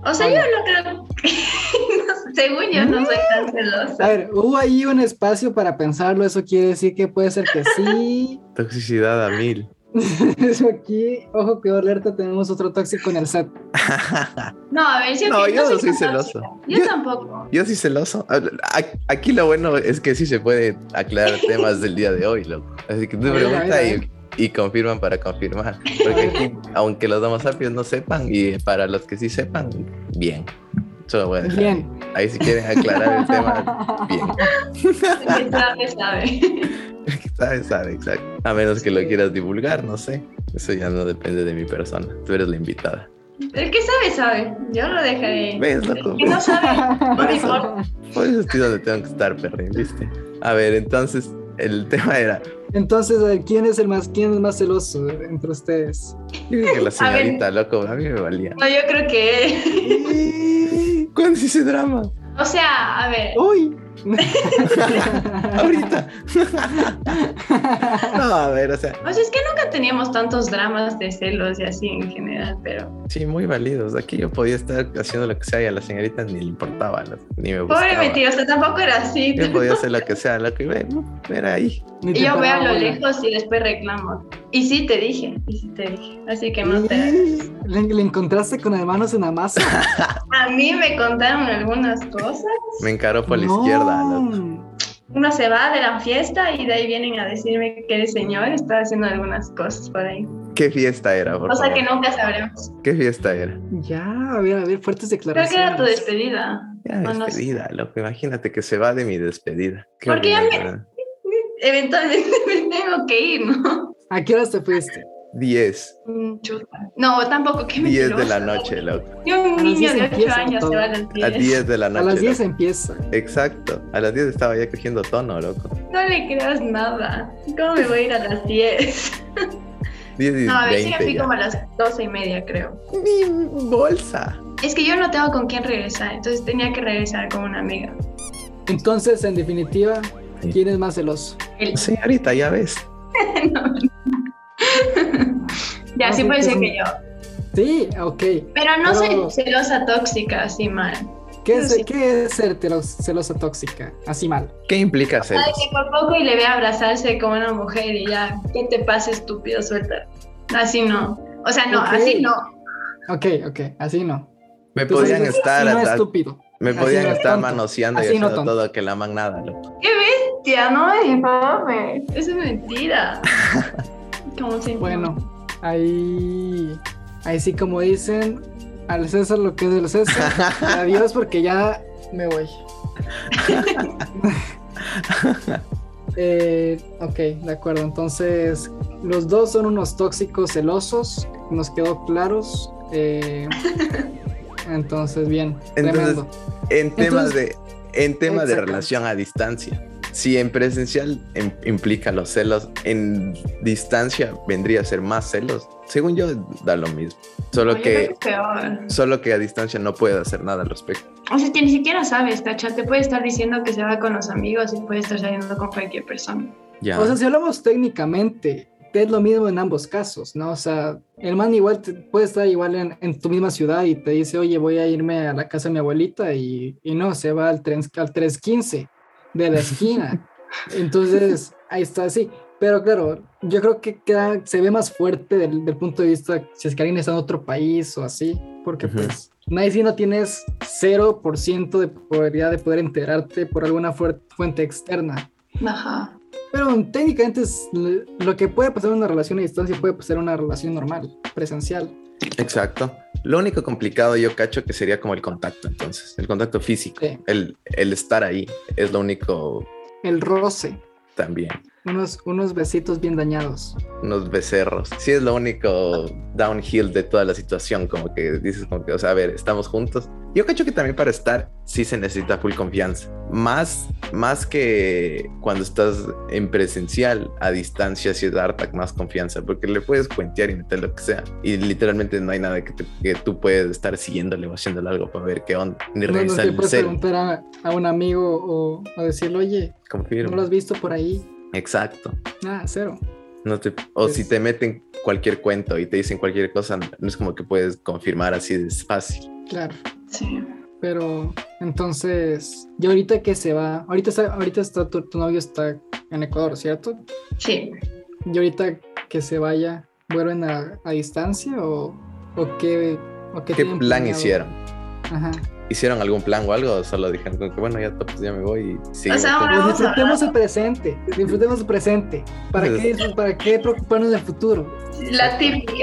Speaker 5: O sea, yo no creo, no, [laughs] según yo no soy tan
Speaker 1: A
Speaker 5: celosa.
Speaker 1: ver, hubo ahí un espacio para pensarlo, eso quiere decir que puede ser que sí.
Speaker 3: Toxicidad a mil.
Speaker 1: [laughs] Eso aquí, ojo que alerta, tenemos otro tóxico en el set.
Speaker 5: No, a ver, sí,
Speaker 3: No,
Speaker 5: ok,
Speaker 3: yo no soy
Speaker 5: tan
Speaker 3: celoso.
Speaker 5: tóxica. Yo
Speaker 3: Yo-
Speaker 5: tampoco.
Speaker 3: Yo sí celoso. A- a- Aquí lo bueno es que sí se puede aclarar temas del día de hoy, loco. Así que tú
Speaker 1: Mira,
Speaker 3: preguntas
Speaker 1: mira.
Speaker 3: y, y confirman para confirmar. Porque aquí, aunque los Homo sapiens no sepan, y para los que sí sepan, bien. Solo voy a dejar
Speaker 1: Bien.
Speaker 3: ahí. Ahí si quieren aclarar el tema, bien.
Speaker 5: El que sabe, sabe.
Speaker 3: Sabe, sabe, exacto. A menos que lo quieras divulgar, no sé. Eso ya no depende de mi persona. Tú eres la invitada.
Speaker 5: El que sabe, sabe. Yo lo dejaré.
Speaker 3: ¿Ves,
Speaker 5: [laughs]
Speaker 3: loco?
Speaker 5: El que no sabe, no le importa.
Speaker 3: Por eso estoy donde tengo que estar, perrín, ¿viste? A ver, entonces, el [laughs] tema era...
Speaker 1: Entonces, a ver, ¿quién es el más, quién es más celoso entre ustedes?
Speaker 3: Yo creo que la
Speaker 5: [laughs] A ver.
Speaker 3: señorita, loco, a mí me valía.
Speaker 5: No, yo creo que.
Speaker 3: [laughs] ¿Cuándo es ese drama?
Speaker 5: O sea, a ver.
Speaker 3: [laughs]
Speaker 1: ¡Uy!
Speaker 5: [laughs]
Speaker 3: Ahorita. no, a ver, o sea,
Speaker 5: O sea, es que nunca teníamos tantos dramas de celos y así en general, pero.
Speaker 3: sí, muy válidos. Aquí yo podía estar haciendo lo que sea y a la señorita ni le importaba, lo- ni me gustaba.
Speaker 5: Pobre mentira, o sea, tampoco era así. [laughs]
Speaker 3: Yo podía hacer lo que sea, lo que ve, ¿no? era ahí.
Speaker 1: Ni
Speaker 5: Y yo
Speaker 1: te
Speaker 5: veo a
Speaker 1: paraba
Speaker 5: lo
Speaker 1: bola.
Speaker 5: lejos y después reclamo. Y sí te dije, y sí te dije. Así que no te.
Speaker 1: Y ¿Le, le encontraste con las manos en la masa?
Speaker 5: A mí me contaron algunas cosas.
Speaker 3: Me encaró [laughs] por la
Speaker 1: No.
Speaker 3: izquierda. loco.
Speaker 5: Uno se va de la fiesta y de ahí vienen a decirme que el señor está haciendo algunas cosas por ahí.
Speaker 3: ¿Qué fiesta era, por
Speaker 5: O sea
Speaker 3: favor?
Speaker 5: que nunca sabremos.
Speaker 3: ¿Qué fiesta era?
Speaker 1: Ya, a ver, a ver, fuertes
Speaker 5: Creo que
Speaker 1: declaraciones.
Speaker 5: era tu despedida.
Speaker 3: Ya,
Speaker 5: No, no sé.
Speaker 3: despedida, loco. Imagínate que se va de mi despedida. Qué
Speaker 5: ¿Por qué a mí?
Speaker 3: horrible, ¿verdad?
Speaker 5: Eventualmente [laughs] me tengo que ir, ¿no?
Speaker 1: ¿A qué horas te fuiste?
Speaker 3: 10.
Speaker 5: Mm, chuta. No, tampoco, que me
Speaker 3: 10 de la noche, loco.
Speaker 5: Y un
Speaker 1: A las
Speaker 5: niño
Speaker 1: 10
Speaker 5: de 8
Speaker 1: empieza
Speaker 5: años
Speaker 1: todo.
Speaker 5: se va a las
Speaker 3: A
Speaker 5: 10.
Speaker 3: 10 de la
Speaker 1: A
Speaker 3: noche.
Speaker 1: las 10
Speaker 3: loco.
Speaker 1: empieza.
Speaker 3: Exacto. A las 10 estaba ya cogiendo tono, loco.
Speaker 5: No le creas nada. ¿Cómo me voy a ir a las 10?
Speaker 3: 10 y
Speaker 5: No, a ver, sí me
Speaker 3: 20
Speaker 5: fui
Speaker 3: ya.
Speaker 5: como a las 12 y media, creo.
Speaker 3: Ni bolsa.
Speaker 5: Es que yo no tengo con quién regresar, entonces tenía que regresar con una amiga. [laughs]
Speaker 1: Entonces, en definitiva,
Speaker 3: Sí.
Speaker 1: ¿quién es más celoso?
Speaker 5: El-
Speaker 3: Señorita, ya ves.
Speaker 5: ya,
Speaker 1: No,
Speaker 5: sí
Speaker 1: Ah, sí,
Speaker 5: puede
Speaker 1: que
Speaker 5: ser
Speaker 1: son-
Speaker 5: que yo.
Speaker 1: Sí, ok.
Speaker 5: Pero no
Speaker 1: Pero-
Speaker 5: soy celosa tóxica, así mal.
Speaker 1: ¿Qué es,
Speaker 5: Sí.
Speaker 1: ¿qué es ser telo- celosa tóxica? Así mal.
Speaker 3: ¿Qué implica celos?
Speaker 5: Ay, que por poco y le ve a abrazarse como una mujer y ya, ¿qué te pasa, estúpido? Suelta. Así no. O sea, no,
Speaker 1: Ok.
Speaker 5: así no.
Speaker 1: Ok, ok, así no.
Speaker 3: Me
Speaker 1: Entonces,
Speaker 3: podían
Speaker 1: así
Speaker 3: estar,
Speaker 1: no
Speaker 3: atrás-
Speaker 1: estúpido.
Speaker 3: me
Speaker 1: así
Speaker 3: podían
Speaker 1: no es
Speaker 3: estar
Speaker 1: tonto.
Speaker 3: manoseando y
Speaker 1: Así no
Speaker 3: haciendo
Speaker 1: tonto.
Speaker 3: todo que la man nada, loco.
Speaker 5: ¡Qué bestia! No me difame. Eso es [laughs] mentira. Como se
Speaker 1: Bueno, ahí, ahí sí como dicen, al César lo que es del César, y adiós porque ya me voy. Eh, ok, de acuerdo, entonces los dos son unos tóxicos celosos, nos quedó claros. eh, entonces, bien,
Speaker 3: Entonces,
Speaker 1: tremendo.
Speaker 3: En temas
Speaker 1: Entonces-
Speaker 3: de, en temas de
Speaker 1: Exacto.
Speaker 3: relación a distancia. Si en presencial im- implica los celos, en distancia vendría a ser más celos. Según yo, da lo mismo. Solo
Speaker 5: yo creo
Speaker 3: que,
Speaker 5: es peor.
Speaker 3: solo que a distancia no puedo hacer nada al respecto.
Speaker 5: O sea, que ni siquiera sabes, Cacha. Te puede estar diciendo que se va con los amigos y puede estar saliendo con cualquier persona.
Speaker 3: Ya.
Speaker 1: O sea, si hablamos técnicamente, es lo mismo en ambos casos, ¿no? O sea, el man igual te- puede estar igual en, en tu misma ciudad y te dice, oye, voy a irme a la casa de mi abuelita y, y no, se va al, tren, al 315 de
Speaker 3: [laughs]
Speaker 1: la esquina. Entonces, ahí está así. Pero claro, yo creo que queda- se ve más fuerte del, del punto de vista si es que alguien está en otro país o así, porque
Speaker 3: Ujú.
Speaker 1: pues nadie si no tienes 0% de probabilidad de poder enterarte por alguna fuer- fuente externa.
Speaker 5: Ajá.
Speaker 1: Pero técnicamente es l- lo que puede pasar en una relación a distancia puede pasar en una relación normal, presencial.
Speaker 3: Exacto. Lo único complicado yo cacho que sería como el contacto, entonces, el contacto físico,
Speaker 1: Sí.
Speaker 3: el, el estar ahí es lo único
Speaker 1: El roce,
Speaker 3: también.
Speaker 1: unos, unos besitos bien dañados.
Speaker 3: Unos becerros. Sí es lo único downhill de toda la situación, como que dices como que, o sea, a ver, estamos juntos. Yo cacho que también para estar sí se necesita full confianza. Más, más que cuando estás en presencial, a distancia sí es harta más confianza, porque le puedes cuentear y meter lo que sea. Y literalmente no hay nada que, te- que tú puedes estar siguiéndole o haciéndole algo para ver qué onda, ni
Speaker 1: No, no
Speaker 3: revisar
Speaker 1: te
Speaker 3: el
Speaker 1: puedes
Speaker 3: cel.
Speaker 1: preguntar a, a un amigo o, o decirle, oye, ¿no
Speaker 3: Confirmo.
Speaker 1: lo has visto por ahí?
Speaker 3: Exacto.
Speaker 1: Nada, cero.
Speaker 3: No te, o
Speaker 1: Es-
Speaker 3: si te meten cualquier cuento y te dicen cualquier cosa, no es como que puedes confirmar así de fácil.
Speaker 1: Claro.
Speaker 5: Sí.
Speaker 1: Pero entonces, ¿y ahorita que se va? Ahorita está, ahorita está tu, tu novio está en Ecuador, ¿cierto?
Speaker 5: Sí.
Speaker 1: ¿Y ahorita que se vaya, vuelven a, a distancia o, o qué? O qué
Speaker 3: ¿Qué
Speaker 1: tienen
Speaker 3: plan
Speaker 1: planeado?
Speaker 3: hicieron?
Speaker 1: Ajá.
Speaker 3: ¿Hicieron algún plan o algo? ¿O solo dijeron como que bueno, ya, pues, ya me voy y seguimos
Speaker 5: sea, ahora-
Speaker 1: Pues
Speaker 5: Vamos a
Speaker 1: disfrutemos
Speaker 5: hablar.
Speaker 1: el presente, disfrutemos el presente. ¿Para
Speaker 3: Pues
Speaker 1: qué, ¿Para qué preocuparnos del futuro?
Speaker 5: La típica.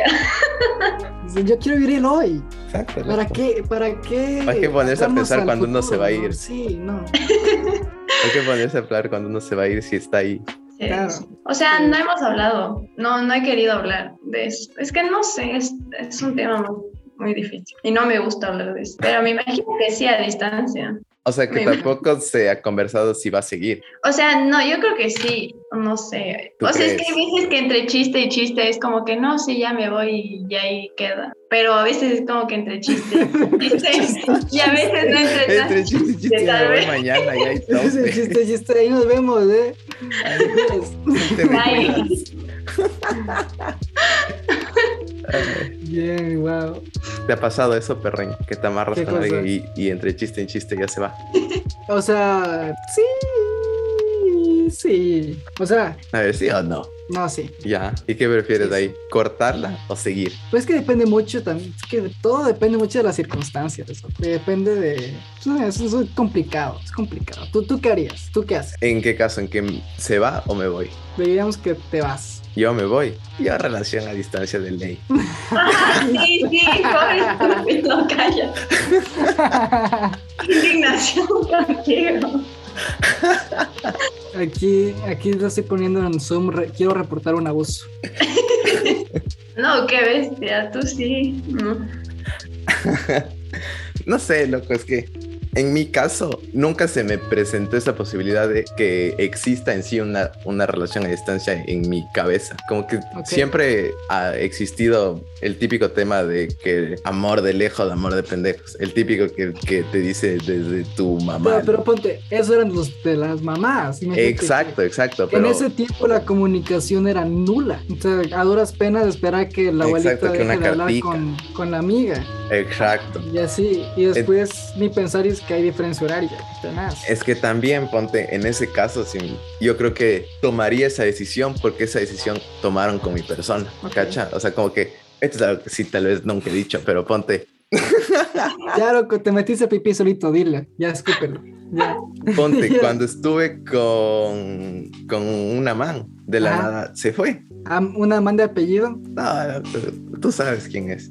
Speaker 1: Dicen, Yo quiero vivir el hoy.
Speaker 3: juntos? Exacto.
Speaker 1: ¿Para
Speaker 3: loco.
Speaker 1: qué? ¿Para qué?
Speaker 3: ¿Para qué Pues ponerse a
Speaker 1: atarnos
Speaker 3: pensar
Speaker 1: al
Speaker 3: cuando uno se va a
Speaker 1: ¿no?
Speaker 3: ir?
Speaker 1: Sí, no.
Speaker 3: Hay que ponerse a hablar cuando uno se va a ir si está ahí.
Speaker 5: Sí.
Speaker 1: Claro.
Speaker 5: O sea, no hemos hablado. No, no he querido hablar de eso. Es que no sé, es, es un tema muy, muy difícil. Y no me gusta hablar de eso. Pero me imagino que sí a distancia.
Speaker 3: O sea, que
Speaker 5: Me imagino.
Speaker 3: tampoco se ha conversado si va a seguir.
Speaker 5: O sea, no, yo creo que sí. No sé.
Speaker 3: ¿Tú
Speaker 5: O sea, es
Speaker 3: crees?
Speaker 5: que hay veces que entre chiste y chiste es como que no, sí, ya me voy y ahí queda. Pero a veces es como que entre chiste
Speaker 3: [laughs]
Speaker 5: y chiste. y a veces no entre tanto.
Speaker 3: Entre chiste y chiste,
Speaker 5: tal
Speaker 3: me voy
Speaker 5: vez.
Speaker 3: mañana y
Speaker 1: [laughs]
Speaker 3: ahí todo.
Speaker 1: Ese chiste, chiste, ahí nos vemos, ¿eh? Adiós.
Speaker 3: Te me
Speaker 5: Ay.
Speaker 3: cuidas.
Speaker 1: Bien, wow.
Speaker 3: [laughs] ¿Te ha pasado eso, perrín? Que te amarras
Speaker 1: ¿Qué
Speaker 3: con alguien
Speaker 1: cosa?
Speaker 3: y, y entre chiste y chiste ya se va.
Speaker 1: O sea, sí, sí. O sea,
Speaker 3: A ver, ¿sí o no?
Speaker 1: no, sí.
Speaker 3: Ya. ¿Y qué prefieres
Speaker 1: Sí,
Speaker 3: ahí? ¿Cortarla o seguir?
Speaker 1: Pues que depende mucho también. Es que todo depende mucho de las circunstancias. eso. Depende de. Eso eso es complicado, es complicado. ¿Tú, ¿Tú qué harías? ¿Tú qué haces?
Speaker 3: ¿En qué caso? ¿En que se va o me voy?
Speaker 1: Diríamos que
Speaker 3: [laughs]
Speaker 1: te vas.
Speaker 3: Yo me voy. Yo relación a distancia de ley. [laughs]
Speaker 5: Ah, sí, sí, pobre estúpido, calla. Indignación [laughs] contigo.
Speaker 1: Aquí, aquí lo estoy poniendo en Zoom. re- quiero reportar un abuso.
Speaker 5: No, qué bestia, tú sí. No.
Speaker 3: No sé, loco, es que en mi caso nunca se me presentó esa posibilidad de que exista en sí una, una relación a distancia en mi cabeza. Como que siempre ha existido el típico tema de que amor de lejos, amor de pendejos. El típico que, que te dice desde tu mamá.
Speaker 1: Pero, pero ponte, eso eran los de las mamás. imagínate
Speaker 3: exacto,
Speaker 1: que
Speaker 3: exacto.
Speaker 1: En
Speaker 3: Pero
Speaker 1: ese tiempo la comunicación era nula. O sea, a duras penas esperar que la abuelita
Speaker 3: Exacto, que
Speaker 1: deje
Speaker 3: una
Speaker 1: de hablar
Speaker 3: cartica.
Speaker 1: con, con la amiga.
Speaker 3: exacto.
Speaker 1: Y así. Y después ni pensar es que hay diferencia horaria. tenaz.
Speaker 3: Es que también, ponte, en ese caso, sí, yo creo que tomaría esa decisión porque esa decisión tomaron con mi persona,
Speaker 1: Ok.
Speaker 3: ¿cacha? O sea, como que, esto es algo que sí, tal vez nunca he dicho, pero ponte,
Speaker 1: Ya loco, te metiste pipí solito, dile. Ya escúpelo. Ya. [laughs]
Speaker 3: ponte, cuando estuve con, con una man, de la
Speaker 1: Ajá.
Speaker 3: nada se fue.
Speaker 1: Am- Una manda de apellido.
Speaker 3: No, tú- tú sabes quién es.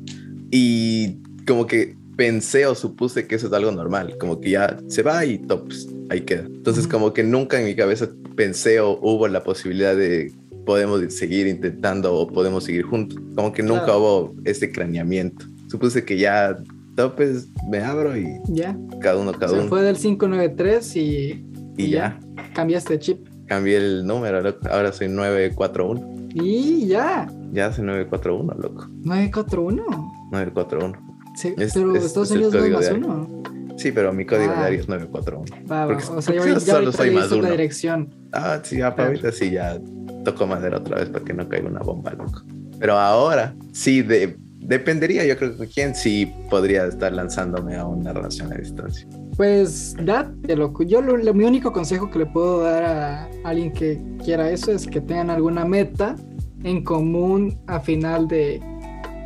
Speaker 3: Y como que pensé o supuse que eso es algo normal, como que ya se va y tops, ahí queda. Entonces
Speaker 1: Ujú.
Speaker 3: como que nunca en mi cabeza pensé o hubo la posibilidad de podemos seguir intentando o podemos seguir juntos. Como que nunca
Speaker 1: Claro.
Speaker 3: hubo ese craneamiento. Supuse que ya topes, me abro y
Speaker 1: Ya.
Speaker 3: cada uno, cada
Speaker 1: Se
Speaker 3: uno.
Speaker 1: fue del 593 y
Speaker 3: Y ya,
Speaker 1: cambiaste de chip.
Speaker 3: cambié el número, loco. ahora soy 941.
Speaker 1: Y ya.
Speaker 3: Ya soy 941, loco.
Speaker 1: 941.
Speaker 3: 941.
Speaker 1: Sí,
Speaker 3: Es-
Speaker 1: pero
Speaker 3: es-
Speaker 1: Estados
Speaker 3: es el
Speaker 1: Unidos no es
Speaker 3: código
Speaker 1: más
Speaker 3: de área.
Speaker 1: uno.
Speaker 3: Sí, pero mi código
Speaker 1: Ah.
Speaker 3: de área es 941.
Speaker 1: Va, va.
Speaker 3: Porque-
Speaker 1: O sea,
Speaker 3: porque
Speaker 1: ya,
Speaker 3: yo
Speaker 1: ahorita- ya
Speaker 3: solo
Speaker 1: ahorita
Speaker 3: soy
Speaker 1: le
Speaker 3: más
Speaker 1: dices la
Speaker 3: uno.
Speaker 1: dirección.
Speaker 3: Ah, sí, ya, para
Speaker 1: Claro.
Speaker 3: ahorita sí, ya tocó madera otra vez para que no caiga una bomba, loco. Pero ahora sí, de- dependería, yo creo que quién sí podría estar lanzándome a una relación a distancia.
Speaker 1: Pues date, loco. Yo lo, lo- mi único consejo que le puedo dar a alguien que quiera eso es que tengan alguna meta en común a final de,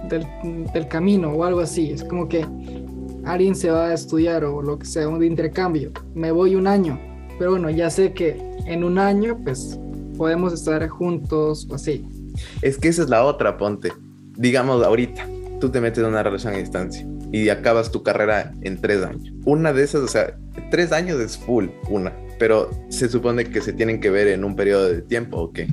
Speaker 1: del, del camino o algo así. Es como que alguien se va a estudiar o lo que sea, un intercambio. Me voy un año. Pero bueno, ya sé que en un año, pues, podemos estar juntos o así.
Speaker 3: Es que esa es la otra, ponte. Digamos, ahorita tú te metes en una relación a distancia y acabas tu carrera en tres años. Una de esas, o sea, tres años es full, una, pero se supone que se tienen que ver en un periodo de tiempo o qué.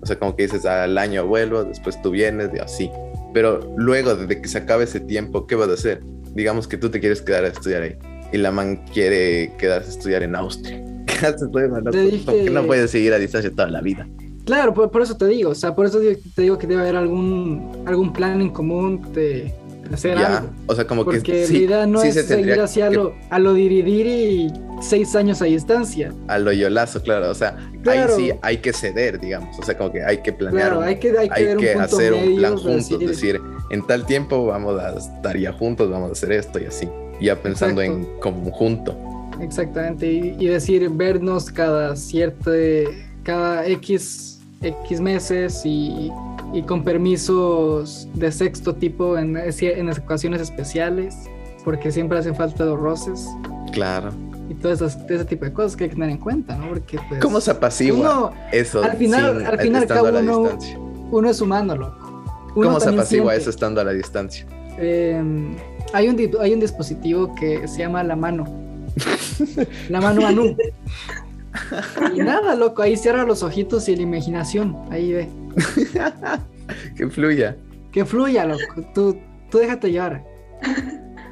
Speaker 3: O sea, como que dices, al año vuelvo, después tú vienes, y así. Pero luego, desde que se acabe ese tiempo, ¿qué vas a hacer? Digamos que tú te quieres quedar a estudiar ahí y la man quiere quedarse a estudiar en Austria. [laughs] ¿Qué haces, güey, man? No,
Speaker 1: Te dije-
Speaker 3: porque no puedes seguir a distancia toda la vida.
Speaker 1: Claro, por, por eso te digo, o sea, por eso digo- te digo que debe haber algún, algún plan en común de hacer
Speaker 3: Ya,
Speaker 1: algo.
Speaker 3: o sea, como
Speaker 1: Porque
Speaker 3: que
Speaker 1: la idea no
Speaker 3: sí
Speaker 1: es
Speaker 3: se tendría
Speaker 1: seguir hacia
Speaker 3: que-
Speaker 1: lo, a lo diridiri seis años a distancia.
Speaker 3: a lo yolazo, claro. O sea,
Speaker 1: Claro.
Speaker 3: ahí sí hay que ceder, digamos. O sea, como que hay que planear.
Speaker 1: Claro,
Speaker 3: un-
Speaker 1: hay que, hay que
Speaker 3: hay
Speaker 1: ver
Speaker 3: que
Speaker 1: un punto
Speaker 3: hacer
Speaker 1: medio
Speaker 3: un plan
Speaker 1: para
Speaker 3: juntos,
Speaker 1: decir,
Speaker 3: decir, en tal tiempo vamos a estar ya juntos, vamos a hacer esto y así, ya pensando en conjunto.
Speaker 1: Exactamente, y, y decir vernos cada cierto, cada X, X meses y, y con permisos de sexto tipo en, ese- en las ocasiones especiales, porque siempre hacen falta los roces
Speaker 3: Claro.
Speaker 1: y todo esas- ese tipo de cosas que hay que tener en cuenta, ¿no? Porque pues,
Speaker 3: ¿Cómo se apacigua
Speaker 1: uno,
Speaker 3: eso?
Speaker 1: al final-
Speaker 3: sin-
Speaker 1: al final
Speaker 3: estando
Speaker 1: cada
Speaker 3: a la
Speaker 1: uno-
Speaker 3: distancia?
Speaker 1: uno es humano, loco. Uno
Speaker 3: ¿Cómo se
Speaker 1: también
Speaker 3: apacigua
Speaker 1: siente.
Speaker 3: eso estando a la
Speaker 1: [laughs]
Speaker 3: distancia? [laughs]
Speaker 1: Eh, hay, un, di- hay un dispositivo que se llama la mano. La mano Anu. Y nada, loco, ahí cierra los ojitos y la imaginación. Ahí ve.
Speaker 3: Que fluya.
Speaker 1: Que fluya, loco. Tú, tú déjate llevar.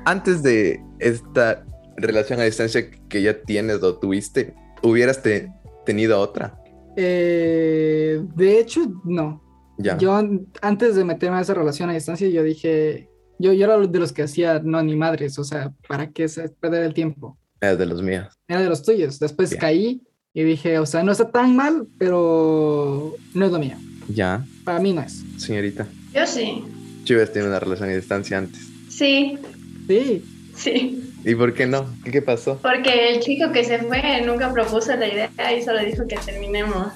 Speaker 3: Antes de esta relación a distancia que ya tienes o tuviste, ¿hubieras te- tenido otra?
Speaker 1: Eh, de hecho, no.
Speaker 3: Ya.
Speaker 1: Yo an- antes de meterme a esa relación a distancia, yo dije, yo, yo era de los que hacía, no, ni madres, o sea, ¿para qué se- perder el tiempo?
Speaker 3: Es de los míos.
Speaker 1: Era de los tuyos. Después
Speaker 3: Bien.
Speaker 1: caí y dije, o sea, no está tan mal, pero no es lo mío.
Speaker 3: Ya,
Speaker 1: Para mí no es.
Speaker 3: señorita.
Speaker 5: Yo sí.
Speaker 3: Chivas tiene una relación a distancia antes.
Speaker 5: Sí,
Speaker 1: Sí,
Speaker 5: sí.
Speaker 3: ¿Y por qué no? ¿Qué, qué pasó?
Speaker 5: Porque el chico que se fue nunca propuso la idea y solo dijo que terminemos.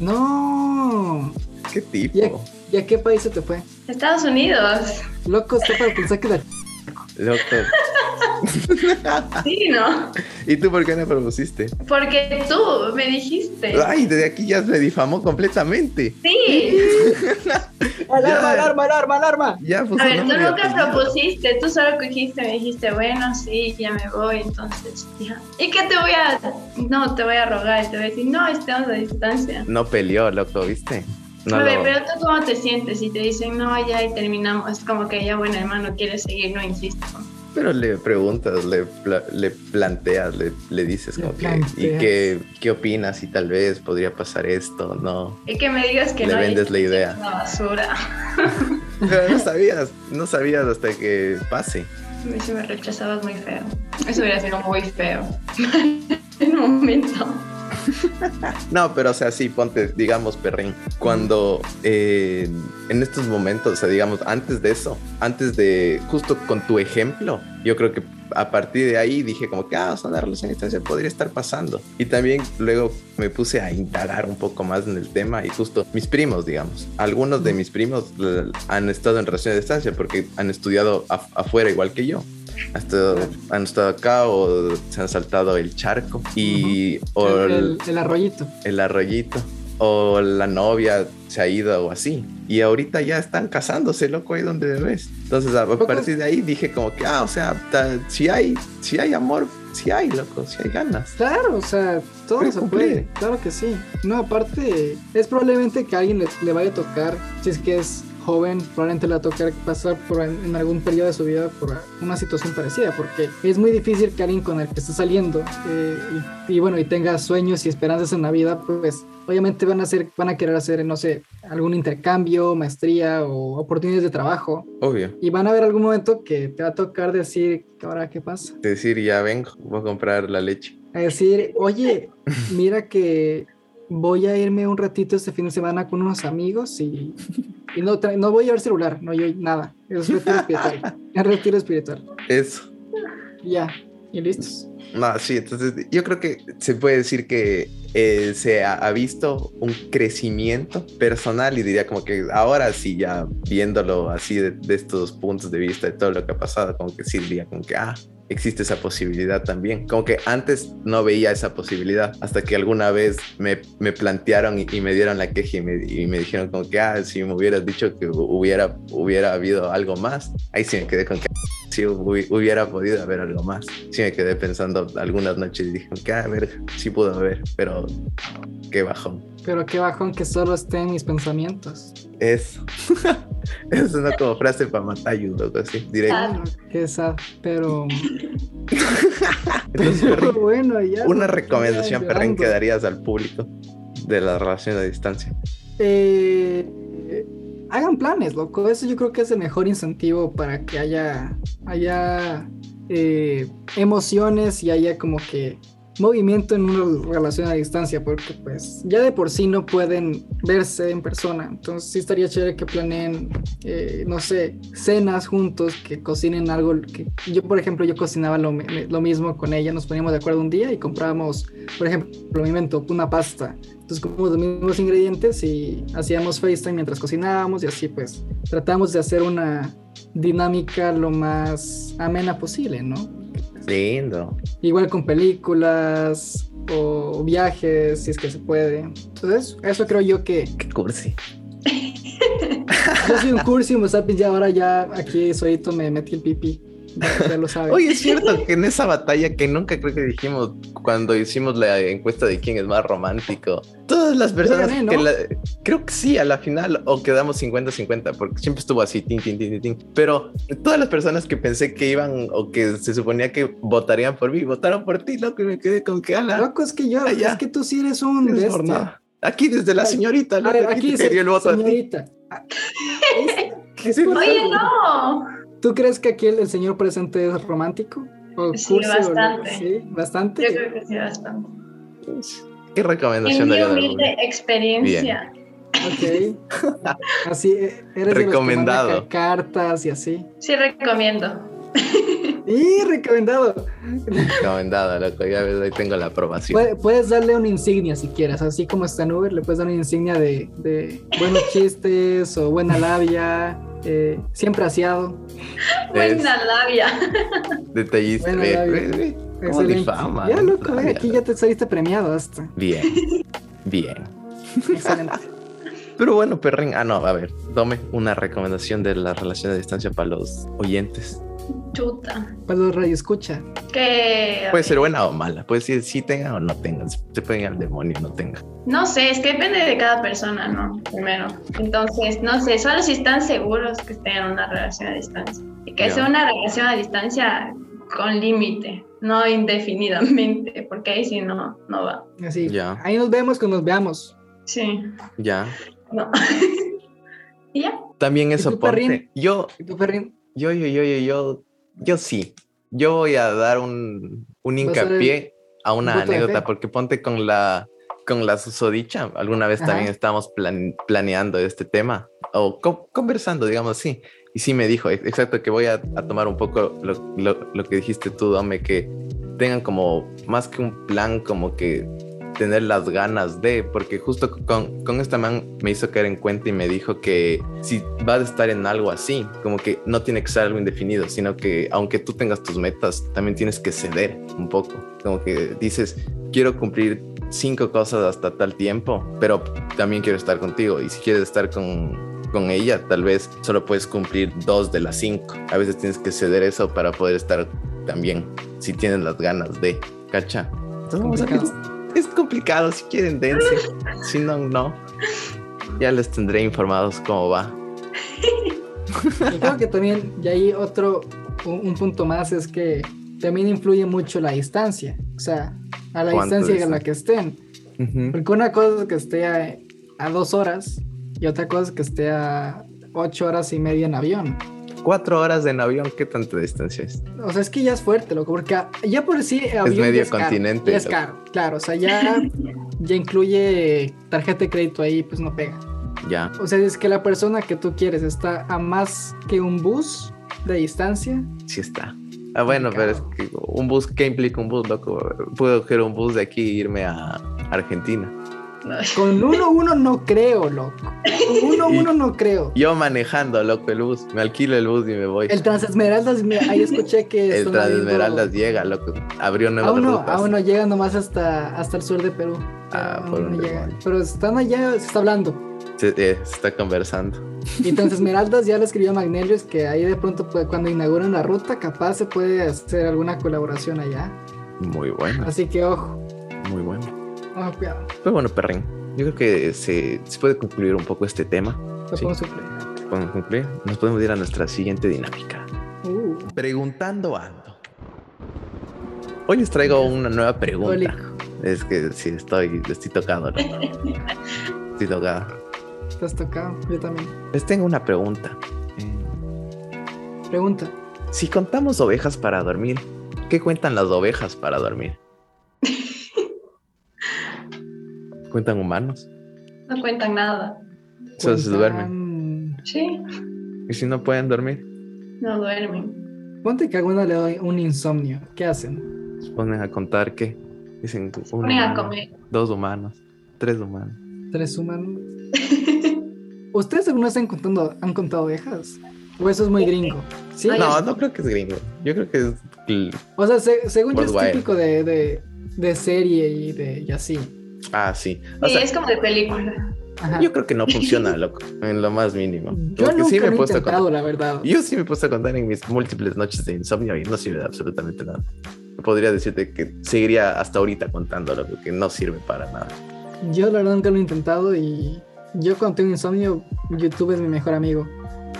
Speaker 1: No.
Speaker 3: ¿Qué tipo?
Speaker 1: Ya- ¿Y a qué país se te fue?
Speaker 5: Estados Unidos.
Speaker 1: Loco, está para que saques la...
Speaker 3: Loco.
Speaker 5: Sí, ¿no?
Speaker 3: ¿Y tú por qué
Speaker 5: [laughs]
Speaker 3: no propusiste?
Speaker 5: Porque tú me dijiste.
Speaker 3: Ay, desde aquí ya se difamó completamente. [laughs]
Speaker 5: Sí.
Speaker 1: [laughs] ¡Alarma, alarma, alarma, alarma!
Speaker 3: Ya puso
Speaker 5: A ver, tú
Speaker 3: nombre y
Speaker 5: nunca
Speaker 3: apellido.
Speaker 5: propusiste, tú solo cogiste, me dijiste, bueno, sí, ya me voy, entonces, ya. ¿Y qué te voy a...? No, te voy a rogar, te voy a decir, no, estamos a distancia.
Speaker 3: No peleó, loco, ¿viste? No
Speaker 5: a ver,
Speaker 3: lo-
Speaker 5: pero tú cómo te sientes si te dicen, no, ya y terminamos, es como que ya, bueno, hermano, quieres seguir, no insisto.
Speaker 3: pero le preguntas, le, pla- le planteas, le, le dices
Speaker 1: Le
Speaker 3: como
Speaker 1: planteas.
Speaker 3: que... ¿Y qué, qué opinas? Y tal vez podría pasar esto, ¿no?
Speaker 5: Y que me digas que
Speaker 3: Le
Speaker 5: no. y
Speaker 3: vendes la idea.
Speaker 5: es Una basura.
Speaker 3: [laughs]
Speaker 5: [laughs]
Speaker 3: Pero no sabías, no sabías hasta que pase.
Speaker 5: A mí sí me rechazabas muy feo. Eso hubiera sido muy feo. [laughs] en un momento.
Speaker 3: No, pero o sea, sí, ponte, digamos, perrín. Cuando eh, en estos momentos, o sea, digamos, antes de eso, antes de, justo con tu ejemplo, yo creo que a partir de ahí dije como que, ah, o sea, una relación a distancia podría estar pasando. Y también luego me puse a indagar un poco más en el tema y justo mis primos, digamos, algunos de mis primos eh, han estado en relación a distancia porque han estudiado af- afuera igual que yo. Han estado- han estado acá o se han saltado el charco y o
Speaker 1: El, el- el arroyito.
Speaker 3: el arroyito o la novia se ha ido o así. Y ahorita ya están casándose, loco, ahí donde me ves. Entonces, a
Speaker 1: Loco.
Speaker 3: partir de ahí dije como que, ah, o sea, ta- si hay, si hay amor, si hay, loco, si hay ganas.
Speaker 1: Claro, o sea, todo
Speaker 3: Puede
Speaker 1: se
Speaker 3: cumplir.
Speaker 1: puede. Claro que sí. No, aparte, es probablemente que a alguien le, le vaya a tocar, si es que es joven, probablemente le va a tocar pasar por en, en algún periodo de su vida por una situación parecida, porque es muy difícil que alguien con el que esté saliendo eh, y, y bueno, y tenga sueños y esperanzas en la vida, pues obviamente van a hacer, van a querer hacer, no sé, algún intercambio, maestría o oportunidades de trabajo.
Speaker 3: Obvio.
Speaker 1: Y van a haber algún momento que te va a tocar decir, ahora qué pasa?
Speaker 3: Decir, ya vengo, voy a comprar la leche.
Speaker 1: a decir, oye, mira que voy a irme un ratito este fin de semana con unos amigos y, y no, tra- no voy a llevar celular, no yo nada. Es
Speaker 3: [laughs]
Speaker 1: retiro espiritual. Es retiro espiritual.
Speaker 3: Eso.
Speaker 1: Ya, y listos.
Speaker 3: No, sí, entonces yo creo que se puede decir que eh, se ha, ha visto un crecimiento personal y diría como que ahora sí, ya viéndolo así de, de estos puntos de vista, de todo lo que ha pasado, como que sí diría como que, ah, existe esa posibilidad también. Como que antes no veía esa posibilidad hasta que alguna vez me, me plantearon y, y me dieron la queja y me, y me dijeron como que, ah, si me hubieras dicho que hubiera, hubiera habido algo más, ahí sí me quedé con que si hubiera podido haber algo más. Sí me quedé pensando algunas noches y dije, que a ver, sí pudo haber, pero qué bajón.
Speaker 1: Pero qué bajón que solo esté en mis pensamientos.
Speaker 3: Eso. Eso [laughs] es una como frase para matar loco, así, directo.
Speaker 5: Ah.
Speaker 1: Qué sad, pero.
Speaker 3: Entonces,
Speaker 1: [laughs] pero
Speaker 3: perrín,
Speaker 1: bueno, ya.
Speaker 3: una
Speaker 1: Ya,
Speaker 3: recomendación, Perrin,
Speaker 1: llorando.
Speaker 3: que darías al público de la relación a distancia.
Speaker 1: Eh, eh, hagan planes, loco. Eso yo creo que es el mejor incentivo para que haya, haya eh, emociones y haya como que movimiento en una relación a distancia, porque pues ya de por sí no pueden verse en persona. Entonces sí estaría chévere que planeen, eh, no sé, cenas juntos, que cocinen algo. Que yo, por ejemplo, yo cocinaba lo, mi- lo mismo con ella. Nos poníamos de acuerdo un día y comprábamos, por ejemplo, me invento una pasta. Entonces comíamos los mismos ingredientes y hacíamos FaceTime mientras cocinábamos y así pues tratamos de hacer una dinámica lo más amena posible, ¿no?
Speaker 3: Lindo.
Speaker 1: Igual con películas o viajes, si es que se puede. Entonces, eso creo yo que
Speaker 3: Qué cursi.
Speaker 1: yo soy un cursi, Homo sapiens, ya ahora ya aquí solito me metí el pipí. Ya, ya lo saben.
Speaker 3: Oye, es cierto que en esa batalla que nunca creo que dijimos cuando hicimos la encuesta de quién es más romántico, todas las personas
Speaker 1: gané, ¿no?
Speaker 3: que la- creo que sí, a la final o quedamos 50-50 porque siempre estuvo así, tin, tin, tin, tin, tin. pero todas las personas que pensé que iban o que se suponía que votarían por mí, votaron por ti, loco, y me quedé con que ala.
Speaker 1: Loco, es que yo,
Speaker 3: Ah, ya.
Speaker 1: es que tú sí eres un
Speaker 3: eres
Speaker 1: bestia.
Speaker 3: jornada. Aquí desde la
Speaker 1: Ay,
Speaker 3: señorita,
Speaker 1: A
Speaker 3: loco,
Speaker 1: ver,
Speaker 3: aquí
Speaker 1: aquí
Speaker 3: te
Speaker 1: dice,
Speaker 3: quería el voto a ti.
Speaker 1: señorita. Ah, es-
Speaker 3: ¿Qué es
Speaker 5: [laughs]
Speaker 3: eso?
Speaker 5: Oye, no.
Speaker 1: ¿Tú crees que aquí el, el señor presente es romántico? ¿O
Speaker 5: Sí,
Speaker 1: cursi o lo-
Speaker 5: bastante.
Speaker 1: sí, bastante.
Speaker 5: Yo creo que sí, bastante.
Speaker 3: ¿Qué
Speaker 5: En
Speaker 3: recomendación
Speaker 5: mi
Speaker 3: darías al
Speaker 5: humilde
Speaker 3: público?
Speaker 5: experiencia.
Speaker 1: Ok. [laughs] Así, eh, eres
Speaker 3: Recomendado.
Speaker 1: De los que manda ca- cartas y así.
Speaker 5: Sí, recomiendo.
Speaker 1: Y recomendado.
Speaker 3: Recomendado, loco, ya ves, ahí tengo la aprobación.
Speaker 1: Puede- Puedes darle una insignia si quieres, así como está en Uber, le puedes dar una insignia de, de
Speaker 3: [laughs]
Speaker 1: buenos chistes o buena labia, eh, siempre aseado.
Speaker 5: Buena Pues labia. [laughs]
Speaker 3: Detallista. Eh,
Speaker 1: Bueno,
Speaker 3: ve,
Speaker 1: David,
Speaker 3: ve, ve, cómo
Speaker 1: Excelente.
Speaker 3: difama,
Speaker 1: Ya,
Speaker 3: ¿no?
Speaker 1: loco, ve,
Speaker 3: Rabia,
Speaker 1: aquí ya
Speaker 3: loco.
Speaker 1: te saliste premiado
Speaker 3: [laughs]
Speaker 1: hasta.
Speaker 3: Bien, bien.
Speaker 1: Excelente.
Speaker 3: Pero bueno, perrín. Ah, no, a ver, dame una recomendación de la relación a distancia para los oyentes.
Speaker 5: Chuta.
Speaker 1: Para los radio escucha.
Speaker 5: Que.
Speaker 3: Puede ser buena o mala. Puede ser si tengan o no tengan. Se pueden ir al demonio, no tengan.
Speaker 5: No sé, es que depende de cada persona, ¿no? Primero. Entonces, no sé, solo si están seguros que estén en una relación a distancia. Y que
Speaker 3: Ya.
Speaker 5: sea una relación a distancia con límite, no indefinidamente, [laughs] porque ahí sí no, no va.
Speaker 1: Así.
Speaker 3: Ya.
Speaker 1: Ahí nos vemos cuando nos veamos.
Speaker 5: Sí,
Speaker 3: Ya.
Speaker 5: no. y ya.
Speaker 3: También
Speaker 1: tú,
Speaker 3: eso ponte.
Speaker 1: perrín?
Speaker 3: Yo,
Speaker 1: ¿Y tú, Ferrín?
Speaker 3: yo, yo, yo, yo, yo, yo sí. Yo voy a dar un, un
Speaker 1: Vas a dar
Speaker 3: hincapié a una
Speaker 1: un voto de
Speaker 3: anécdota,
Speaker 1: fe.
Speaker 3: porque ponte con la, con la susodicha. Alguna vez
Speaker 1: Ajá.
Speaker 3: también estábamos plan- planeando este tema o co- conversando, digamos así. Y sí me dijo, ex- exacto, que voy a, a tomar un poco lo, lo- lo que dijiste tú, Dome, que tengan como más que un plan, como que tener las ganas de, porque justo con, con esta man me hizo caer en cuenta y me dijo que si vas a estar en algo así, como que no tiene que ser algo indefinido, sino que aunque tú tengas tus metas, también tienes que ceder un poco, como que dices, quiero cumplir cinco cosas hasta tal tiempo, pero también quiero estar contigo y si quieres estar con con ella tal vez solo puedes cumplir dos de las cinco. A veces tienes que ceder eso para poder estar también, si tienes las ganas de, ¿cacha? Entonces, vamos a ver,
Speaker 1: Complicado.
Speaker 3: es complicado, si quieren [laughs] dense, si no, no. Ya les tendré informados cómo va.
Speaker 1: Y creo que también, y ahí otro, un, un punto más es que también influye mucho la distancia. O sea, a la
Speaker 3: ¿Cuánto
Speaker 1: distancia a la
Speaker 3: distancia?
Speaker 1: que estén. Porque una cosa es que esté a, a dos horas y otra cosa es que esté a ocho horas y media en avión.
Speaker 3: Cuatro horas en avión, ¿qué tanta distancia es?
Speaker 1: O sea, es que ya es fuerte, loco, porque a- ya por sí avión ya
Speaker 3: medio
Speaker 1: caro,
Speaker 3: continente,
Speaker 1: ya es
Speaker 3: loco.
Speaker 1: caro, claro. O sea, ya, ya incluye tarjeta de crédito ahí, pues no pega.
Speaker 3: Ya,
Speaker 1: O sea, es que la persona que tú quieres está a más que un bus de distancia.
Speaker 3: sí está. Ah, bueno, pero es que un bus, ¿qué implica un bus, loco? Puedo coger un bus de aquí e irme a Argentina.
Speaker 5: No. [laughs]
Speaker 3: [laughs]
Speaker 1: Con 1-1 uno, uno no creo, loco. Con 1-1 uno,
Speaker 3: Y-
Speaker 1: uno no creo.
Speaker 3: Yo manejando, loco, el bus. Me alquilo el bus y me voy.
Speaker 1: El Transesmeraldas, me- ahí escuché que.
Speaker 3: El
Speaker 1: están
Speaker 3: Transesmeraldas
Speaker 1: abriendo-
Speaker 3: llega, loco. Abrió nuevas
Speaker 1: Aún no,
Speaker 3: rutas.
Speaker 1: aún no llega nomás hasta, hasta el sur de Perú.
Speaker 3: Ah,
Speaker 1: Aún
Speaker 3: por un
Speaker 1: no llega.
Speaker 3: demonio.
Speaker 1: Pero están allá, se está hablando.
Speaker 3: Se, eh, se está conversando.
Speaker 1: Y entonces Esmeraldas ya le escribió a Magnelius que ahí de pronto pues, cuando inauguran la ruta capaz se puede hacer alguna colaboración allá.
Speaker 3: Muy bueno,
Speaker 1: Así que ojo,
Speaker 3: muy bueno.
Speaker 1: ojo cuidado,
Speaker 3: Pero bueno, perrín. Yo creo que se, se puede concluir un poco este tema.
Speaker 1: lo
Speaker 3: Sí.
Speaker 1: podemos suplir.
Speaker 3: Podemos concluir. Nos podemos ir a nuestra siguiente dinámica.
Speaker 1: Uh,
Speaker 3: Preguntando ando. Hoy les traigo una nueva pregunta.
Speaker 1: Cólico,
Speaker 3: Es que sí, estoy, estoy tocado. ¿no? Estoy tocado.
Speaker 1: estás tocado, yo también.
Speaker 3: Les tengo una pregunta.
Speaker 1: Pregunta.
Speaker 3: Si contamos ovejas para dormir, ¿qué cuentan las ovejas
Speaker 5: [laughs]
Speaker 3: para dormir? ¿Cuentan humanos?
Speaker 5: No cuentan nada.
Speaker 3: Solo se duermen.
Speaker 1: duermen.
Speaker 5: Sí,
Speaker 3: ¿Y si no pueden dormir?
Speaker 5: no duermen.
Speaker 1: Ponte que a alguna le doy un insomnio. ¿Qué hacen?
Speaker 3: Se ponen a contar que dicen un
Speaker 5: Ponen a
Speaker 3: humano,
Speaker 5: comer. [laughs]
Speaker 3: dos humanos, tres humanos.
Speaker 1: Tres humanos. ¿Ustedes alguna vez han contado, han contado ovejas? ¿O eso es muy gringo? Sí.
Speaker 5: Ay,
Speaker 3: No,
Speaker 5: es-
Speaker 3: no creo que es gringo. Yo creo que es cl-
Speaker 1: O sea, se- según yo es
Speaker 3: Worldwide.
Speaker 1: típico de, de, de serie y, de, y así.
Speaker 3: ah, sí. O
Speaker 5: Sí,
Speaker 3: sea,
Speaker 5: es como de película.
Speaker 1: Ajá.
Speaker 3: yo creo que
Speaker 1: [laughs]
Speaker 3: no funciona, loco, en lo más mínimo.
Speaker 1: Yo
Speaker 3: Porque
Speaker 1: nunca
Speaker 3: sí me he
Speaker 1: lo he
Speaker 3: puesto a
Speaker 1: intentado,
Speaker 3: contar.
Speaker 1: la verdad.
Speaker 3: Yo sí me he puesto a contar en mis múltiples noches de insomnio y no sirve de absolutamente nada. Podría decirte que seguiría hasta ahorita contándolo, porque no sirve para nada.
Speaker 1: Yo la verdad nunca lo he intentado y yo cuando tengo insomnio, YouTube es mi mejor amigo.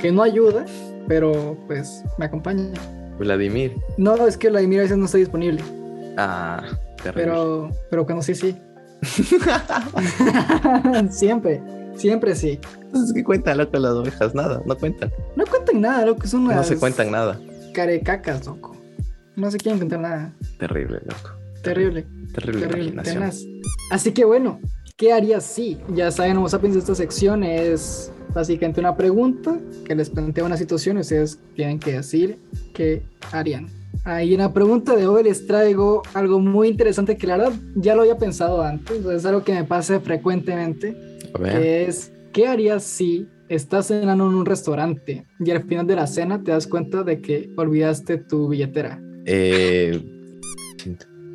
Speaker 1: Que no ayuda, pero pues me acompaña.
Speaker 3: Vladimir.
Speaker 1: No, es que Vladimir a veces no está disponible,
Speaker 3: Ah, terrible.
Speaker 1: pero, pero cuando
Speaker 3: [laughs]
Speaker 1: sí, [laughs] sí. siempre, siempre sí.
Speaker 3: Entonces, ¿qué cuentan, loco, las ovejas? Nada, no cuentan.
Speaker 1: No cuentan nada, loco, son unas
Speaker 3: No se cuentan nada.
Speaker 1: carecacas, loco. No se quieren contar nada.
Speaker 3: Terrible, loco.
Speaker 1: Terrible.
Speaker 3: Terrible,
Speaker 1: Terrible,
Speaker 3: imaginación.
Speaker 1: tenaz. Así que bueno, ¿qué harías si? Ya saben, Homo Sapiens, esta sección es básicamente una pregunta que les plantea una situación y ustedes tienen que decir qué harían. Ahí en la pregunta de hoy les traigo algo muy interesante que la verdad ya lo había pensado antes, es algo que me pasa frecuentemente,
Speaker 3: A ver,
Speaker 1: que es ¿qué harías si estás cenando en un restaurante y al final de la cena te das cuenta de que olvidaste tu billetera?
Speaker 3: eh,
Speaker 1: [laughs]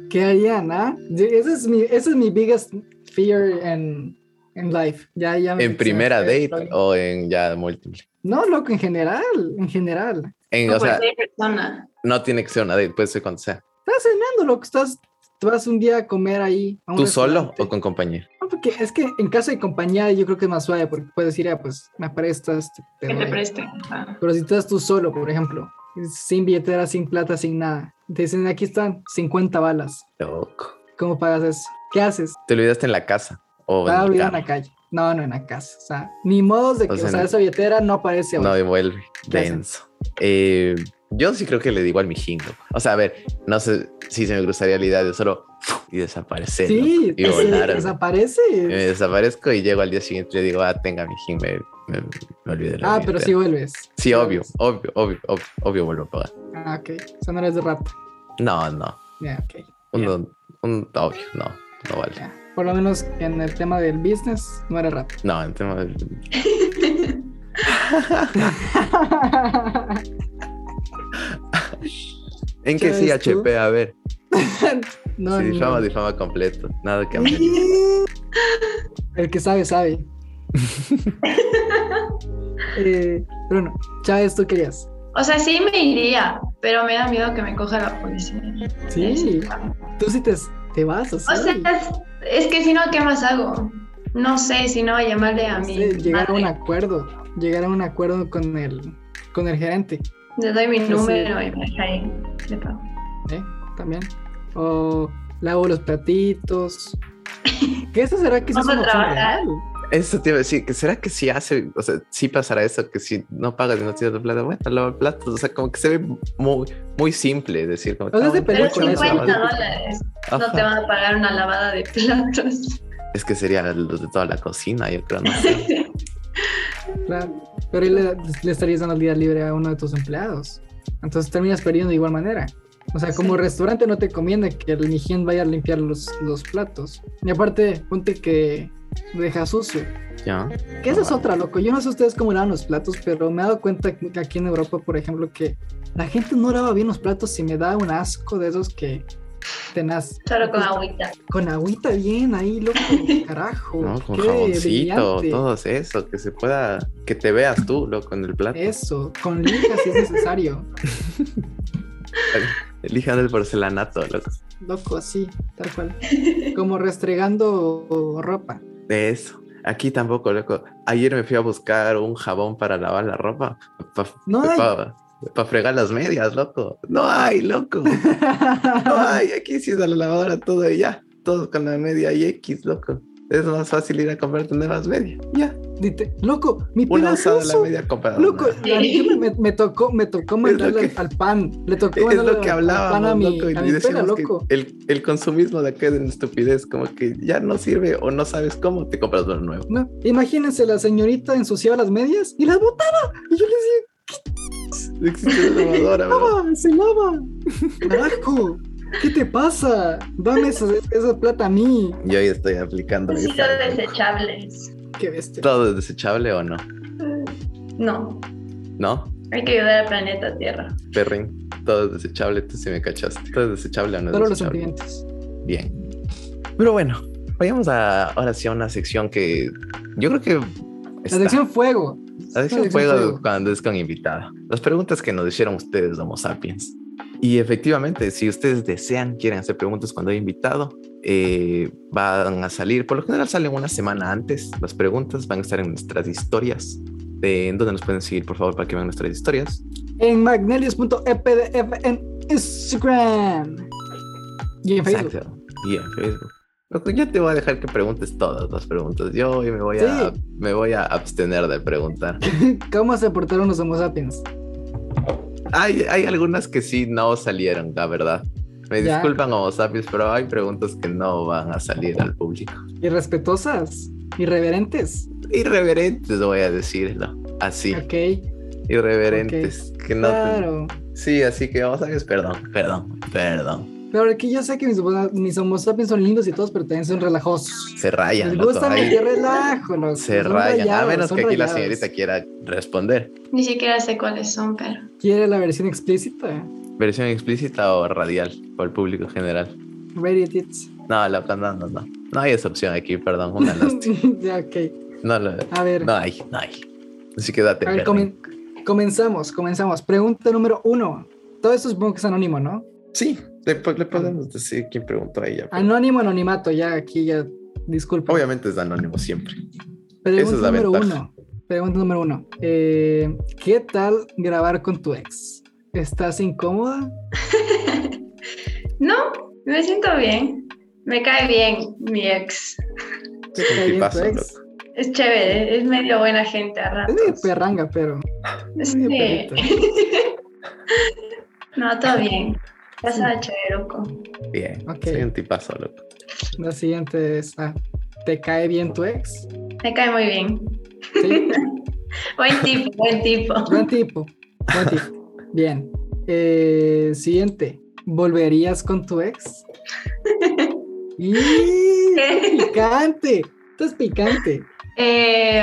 Speaker 1: ¿Qué harían, ah? Yo- Ese es mi, ese es mi biggest fear en, en life. Ya, ya me- se
Speaker 3: ¿En
Speaker 1: me
Speaker 3: primera
Speaker 1: fue el
Speaker 3: date
Speaker 1: rollo.
Speaker 3: o en ya múltiple?
Speaker 1: No, loco, en general, en general.
Speaker 3: En,
Speaker 5: No,
Speaker 3: o
Speaker 1: pues,
Speaker 3: sea,
Speaker 5: cualquier persona.
Speaker 1: eh.
Speaker 3: no tiene que ser una date, puede ser cuando sea.
Speaker 1: Estás cenando, loco, estás, te vas un día a comer ahí. a un
Speaker 3: ¿Tú solo
Speaker 1: restaurante.
Speaker 3: o con compañía?
Speaker 1: No, porque es que en caso de compañía yo creo que es más suave porque puedes decir, ah, pues me prestas, te- te
Speaker 5: Que te
Speaker 1: doy.
Speaker 5: preste. Ah,
Speaker 1: Pero si estás tú solo, por ejemplo, sin billetera, sin plata, sin nada, te dicen, aquí están 50 balas.
Speaker 3: Loco.
Speaker 1: ¿Cómo pagas eso? ¿Qué haces?
Speaker 3: ¿Te olvidaste en la casa? O
Speaker 1: Estaba
Speaker 3: en el
Speaker 1: olvidada Ah, en
Speaker 3: carro?
Speaker 1: la calle. No, no, en la casa. O sea, ni modos de que,
Speaker 3: O
Speaker 1: o sea,
Speaker 3: sea, no-
Speaker 1: esa billetera no aparece
Speaker 3: No
Speaker 1: ahora.
Speaker 3: devuelve.
Speaker 1: Ya sé.
Speaker 3: Denso. Eh, yo sí creo que le digo al mijingo. O sea, a ver, no sé si se me cruzaría la idea de solo y desaparecer. loco,
Speaker 1: sí,
Speaker 3: y
Speaker 1: se
Speaker 3: volar.
Speaker 1: desaparece.
Speaker 3: Me desaparezco y llego al día siguiente y le digo, ah, tenga, mijín, me, me, me olvidé. de la
Speaker 1: ah, pero
Speaker 3: billetera".
Speaker 1: sí vuelves.
Speaker 3: Sí, obvio,
Speaker 1: vuelves.
Speaker 3: obvio, obvio, obvio, obvio vuelvo a pagar.
Speaker 1: Ah, ok. O sea, no eres de rato.
Speaker 3: No, no.
Speaker 1: Ya, ok.
Speaker 3: Un, un, obvio, no, no vale.
Speaker 1: ya. Por lo menos en el tema del business, no eres rato. [laughs]
Speaker 3: No, en tema de- ¿En qué
Speaker 1: ¿Sabes
Speaker 3: sí,
Speaker 1: tú?
Speaker 3: HP? A ver.
Speaker 1: no,
Speaker 3: si
Speaker 1: no,
Speaker 3: difama,
Speaker 1: no.
Speaker 3: difama completo. Nada que
Speaker 1: [laughs]
Speaker 3: hablar.
Speaker 1: El que
Speaker 3: [laughs]
Speaker 1: sabe, sabe. eh, Bruno, Chávez, ¿tú querías?
Speaker 5: [laughs] O sea, sí me iría, pero me da miedo que me coja la policía. Este,
Speaker 1: Sí. Tú sí te, te vas, así.
Speaker 5: O sea, es, es que si no, ¿qué más hago? No sé si no llamarle a
Speaker 1: No
Speaker 5: mi
Speaker 1: sé, llegar a un
Speaker 5: madre.
Speaker 1: acuerdo, llegar a un acuerdo con el, con el gerente,
Speaker 5: Le doy mi
Speaker 1: Pues sí.
Speaker 5: número y me deja ahí. Le pago.
Speaker 1: ¿eh? También. O lavo los platitos. ¿Qué eso será que eso es
Speaker 5: Vamos a
Speaker 1: una opción
Speaker 5: trabajar.
Speaker 1: real?
Speaker 3: Eso te iba a decir, que será que si hace, o sea, si pasará eso, que si no pagas y no tienes tu plata, bueno, lava platos, o sea, como que se ve muy, muy simple decir, como,
Speaker 1: O sea, es de
Speaker 3: "Ah,
Speaker 5: Pero
Speaker 1: Pero
Speaker 3: bueno,
Speaker 1: con eso,
Speaker 5: 50
Speaker 1: ¿no?
Speaker 5: dólares. No
Speaker 3: Ajá.
Speaker 5: te van a pagar una lavada de platos. [laughs]
Speaker 3: Es que sería los de toda la cocina, yo creo, no
Speaker 1: [laughs]
Speaker 3: sé.
Speaker 1: Claro. Pero ahí le, le estarías dando el día libre a uno de tus empleados. Entonces terminas perdiendo de igual manera. O sea, como
Speaker 5: Sí.
Speaker 1: restaurante no te conviene que el higiene vaya a limpiar los, los platos. Y aparte, ponte que deja sucio.
Speaker 3: Ya.
Speaker 1: Que esa es otra, loco. Yo no sé ustedes cómo lavan los platos, pero me he dado cuenta que aquí en Europa, por ejemplo, que la gente no lava bien los platos y me da un asco de esos que tenaz.
Speaker 5: Solo con agüita.
Speaker 1: Con agüita bien ahí, loco. Carajo.
Speaker 3: No, con
Speaker 1: qué
Speaker 3: jaboncito,
Speaker 1: brillante.
Speaker 3: todo eso, que se pueda, que te veas tú, loco, en el
Speaker 1: Eh.
Speaker 3: plato.
Speaker 1: Eso, con lija si es necesario.
Speaker 3: Elijan el porcelanato, loco.
Speaker 1: Loco, así, tal cual. Como restregando ropa.
Speaker 3: De eso. Aquí tampoco, loco. Ayer me fui a buscar un jabón para lavar la ropa. Para
Speaker 1: No hay.
Speaker 3: fregar las medias, loco. No hay, loco.
Speaker 1: [laughs]
Speaker 3: No hay. Aquí sí es a la lavadora todo y ya. Todos con la media y X, loco. Es más fácil ir a comprarte nuevas medias. Ya.
Speaker 1: Dite, loco, mi
Speaker 3: Una
Speaker 1: pelo es
Speaker 3: usada la
Speaker 1: ruso.
Speaker 3: media comprada.
Speaker 1: Loco,
Speaker 3: Loco.
Speaker 1: a mí que me, me tocó, me tocó mandarle
Speaker 3: que-
Speaker 1: al pan. Le tocó
Speaker 3: Es
Speaker 1: mandarle
Speaker 3: lo que
Speaker 1: al pan
Speaker 3: hablábamos,
Speaker 1: a mi,
Speaker 3: loco, y
Speaker 1: a mi pela,
Speaker 3: decíamos que
Speaker 1: loco.
Speaker 3: el, el consumismo de acá es una estupidez, como que ya no sirve o no sabes cómo te compras uno nuevo.
Speaker 1: No, imagínense, la señorita ensuciaba las medias y las botaba. Y yo le decía,
Speaker 3: No existe una
Speaker 1: [laughs]
Speaker 3: lavadora, bro.
Speaker 1: lava, se lava. Carajo, ¿qué te pasa? Dame esa, esa plata a mí.
Speaker 3: Yo ya estoy aplicando
Speaker 5: Han sido
Speaker 3: esa, loco.
Speaker 5: desechables.
Speaker 1: Qué bestia.
Speaker 3: ¿Todo es desechable o no?
Speaker 5: No,
Speaker 3: ¿No?
Speaker 5: hay que ayudar al planeta Tierra.
Speaker 3: Perrin, todo es desechable, tú sí me cachaste. Todo es desechable o no es
Speaker 1: Solo los
Speaker 3: desechable?
Speaker 1: sentimientos.
Speaker 3: Bien. Pero bueno, vayamos a, ahora sí a una sección que yo creo que...
Speaker 1: La
Speaker 3: está.
Speaker 1: sección fuego.
Speaker 3: La sección
Speaker 1: la sección
Speaker 3: juego
Speaker 1: fuego.
Speaker 3: cuando es con invitado. Las preguntas que nos hicieron ustedes, Homo Sapiens. Y efectivamente, si ustedes desean, quieren hacer preguntas cuando hay invitado, eh, van a salir, por lo general salen una semana antes. Las preguntas van a estar en nuestras historias. De, ¿En dónde nos pueden seguir, por favor, para que vean nuestras historias?
Speaker 1: En E magnelius.epdf en Instagram. Y en Facebook.
Speaker 3: Exacto. Y en Facebook. Loco, Yo te voy a dejar que preguntes todas las preguntas. Yo hoy me voy a,
Speaker 1: Sí.
Speaker 3: me voy a abstener de preguntar.
Speaker 1: [laughs] ¿Cómo se portaron los Homo sapiens?
Speaker 3: Hay, hay algunas que sí no salieron, la verdad. Me
Speaker 1: Ya.
Speaker 3: disculpan, Homo sapiens, pero hay preguntas que no van a salir al público.
Speaker 1: Irrespetuosas, irreverentes.
Speaker 3: Irreverentes, voy a decirlo. Así,
Speaker 1: Ok,
Speaker 3: irreverentes. Que no pues. te-
Speaker 1: claro.
Speaker 3: Sí, así que Homo sapiens, perdón, perdón, perdón.
Speaker 1: Pero que yo sé que mis, homo- mis homo sapiens son lindos y todos, pero también son relajosos.
Speaker 3: Se
Speaker 1: Les
Speaker 3: rayan, loco.
Speaker 1: gusta
Speaker 3: ahí
Speaker 1: meter relajo, loco.
Speaker 3: se
Speaker 1: son
Speaker 3: rayan. a
Speaker 1: rayados,
Speaker 3: menos
Speaker 1: son
Speaker 3: que aquí la
Speaker 1: rayados.
Speaker 3: señorita quiera responder.
Speaker 5: Ni siquiera sé cuáles son, pero
Speaker 1: quiere la versión explícita.
Speaker 3: ¿Versión explícita o radial? Para el público en general.
Speaker 1: Ready it [laughs] is.
Speaker 3: No, la no, no, no. No hay esa opción aquí, perdón. Una
Speaker 1: [laughs]
Speaker 3: lástima.
Speaker 1: ya, ok.
Speaker 3: No, lo-
Speaker 1: A ver,
Speaker 3: no hay, no hay. Así que date.
Speaker 1: a ver
Speaker 3: Bernie.
Speaker 1: comen- comenzamos, comenzamos. Pregunta número uno. Todo esto supongo que es anónimo, ¿no?
Speaker 3: Sí, le, po- le podemos decir quién preguntó a ella. pero
Speaker 1: Anónimo, anonimato, ya aquí ya. Disculpa.
Speaker 3: Obviamente es anónimo siempre.
Speaker 1: Pregunta
Speaker 3: Esa es la
Speaker 1: número
Speaker 3: ventaja.
Speaker 1: uno. Pregunta número uno. Eh, ¿Qué tal grabar con tu ex? ¿Estás incómoda?
Speaker 5: no, me siento bien. Me cae bien mi ex.
Speaker 1: ¿Te cae bien pues. tu
Speaker 3: tipazo,
Speaker 1: ex?
Speaker 5: Es chévere, es medio buena gente a
Speaker 1: Es medio
Speaker 5: ratos.
Speaker 1: perranga, pero. es
Speaker 5: [laughs]
Speaker 1: medio
Speaker 5: Sí.
Speaker 1: perrito.
Speaker 5: No, todo bien. Pasa chévere, loco.
Speaker 3: Bien,
Speaker 1: Ok.
Speaker 3: soy un tipazo, loco.
Speaker 1: [laughs] La siguiente es. ah, ¿Te cae bien tu ex?
Speaker 5: Me cae muy bien.
Speaker 1: Sí.
Speaker 5: Buen tipo, buen tipo. [laughs]
Speaker 1: Buen tipo. Buen tipo. Bien. Eh, siguiente. ¿Volverías con
Speaker 5: [laughs]
Speaker 1: tu ex? ¡Y! ¡Picante! Esto es picante.
Speaker 5: Eh,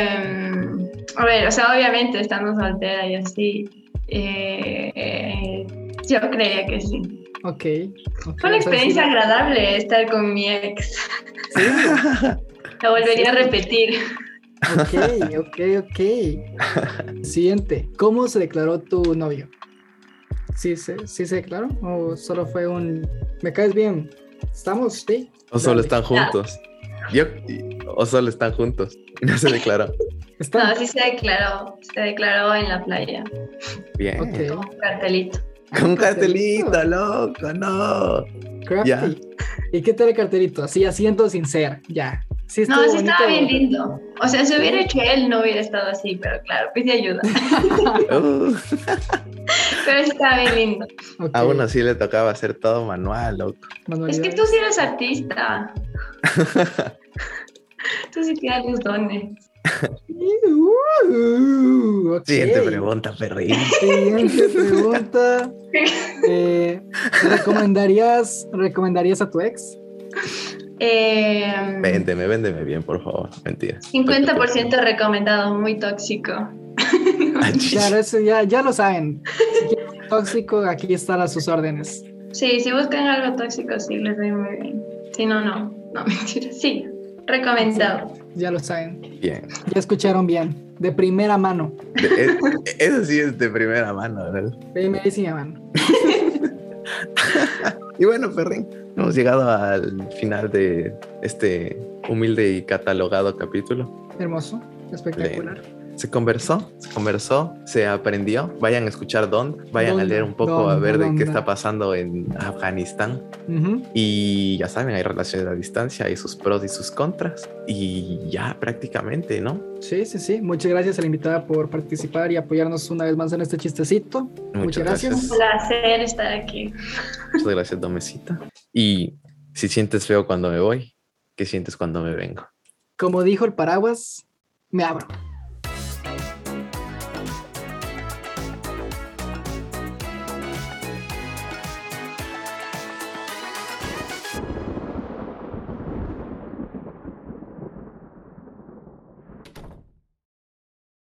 Speaker 5: a ver, o sea, obviamente estando soltera y así, eh, eh, yo creía que sí.
Speaker 1: Ok.
Speaker 5: Fue una
Speaker 1: ok, o sea, sí-
Speaker 5: experiencia agradable estar con mi ex. La volvería a repetir.
Speaker 1: Ok, ok, ok. Siguiente. ¿Cómo se declaró tu novio? ¿Sí se, sí se declaró? ¿O solo fue un... Me caes bien? ¿Estamos? Sí.
Speaker 3: O solo
Speaker 1: Dale.
Speaker 3: están juntos. Yo, o solo están juntos. [laughs] No se declaró.
Speaker 5: No,
Speaker 1: Está.
Speaker 5: sí se declaró. Se declaró en la playa.
Speaker 3: Bien.
Speaker 1: Ok.
Speaker 5: Un cartelito.
Speaker 3: Con un cartelito, loco,
Speaker 1: [laughs]
Speaker 3: no.
Speaker 1: Crafty.
Speaker 3: Ya.
Speaker 1: ¿Y qué tal el carterito? Así, haciendo sincero. Ya. Sí
Speaker 5: No,
Speaker 1: estuvo
Speaker 5: sí estaba bien
Speaker 1: bonito.
Speaker 5: lindo. O sea, si hubiera hecho él, no hubiera estado así, pero claro, pide
Speaker 1: [laughs]
Speaker 5: ayuda.
Speaker 3: Uh,
Speaker 5: Pero sí estaba bien lindo.
Speaker 1: Ok,
Speaker 3: aún así le tocaba hacer todo manual, loco.
Speaker 5: Es que
Speaker 1: manualidades.
Speaker 5: tú sí eres
Speaker 1: [laughs]
Speaker 5: artista. Tú sí tienes los dones.
Speaker 1: Uh, ok.
Speaker 3: Siguiente pregunta, Perrin.
Speaker 5: [laughs]
Speaker 1: Siguiente pregunta. Eh, ¿recomendarías, ¿Recomendarías a tu ex?
Speaker 5: Eh,
Speaker 3: Véndeme, véndeme bien, por favor. Mentira.
Speaker 5: 50% recomendado, muy tóxico.
Speaker 3: Ah, chis.
Speaker 1: Claro, eso ya, ya lo saben. Si quieren tóxico, aquí están a sus órdenes.
Speaker 5: Sí, si buscan algo tóxico, sí, les doy muy bien. Si no, no. No, [laughs] mentira. Sí, recomendado.
Speaker 1: Ya lo saben.
Speaker 3: Bien.
Speaker 1: Ya escucharon bien. De primera mano.
Speaker 3: De- e- eso sí es de primera mano, ¿verdad?
Speaker 1: Primerísima mano.
Speaker 3: Y bueno, Ferrín, hemos llegado al final de este humilde y catalogado capítulo.
Speaker 1: Hermoso. Espectacular.
Speaker 3: Se conversó, se conversó, se aprendió. Vayan a escuchar Don, vayan a
Speaker 1: Donda,
Speaker 3: leer un poco a
Speaker 1: Donda,
Speaker 3: ver de qué
Speaker 1: Donda.
Speaker 3: está pasando en Afganistán.
Speaker 1: Ujú.
Speaker 3: Y ya saben, hay relaciones a distancia, hay sus pros y sus contras. Y ya prácticamente, ¿no?
Speaker 1: Sí, sí, sí. Muchas gracias a la invitada por participar y apoyarnos una vez más en este chistecito. Muchas gracias.
Speaker 5: Un placer estar aquí.
Speaker 3: Muchas gracias, Domecita. Y si sientes feo cuando me voy, ¿qué sientes cuando me vengo?
Speaker 1: Como dijo el paraguas, me abro.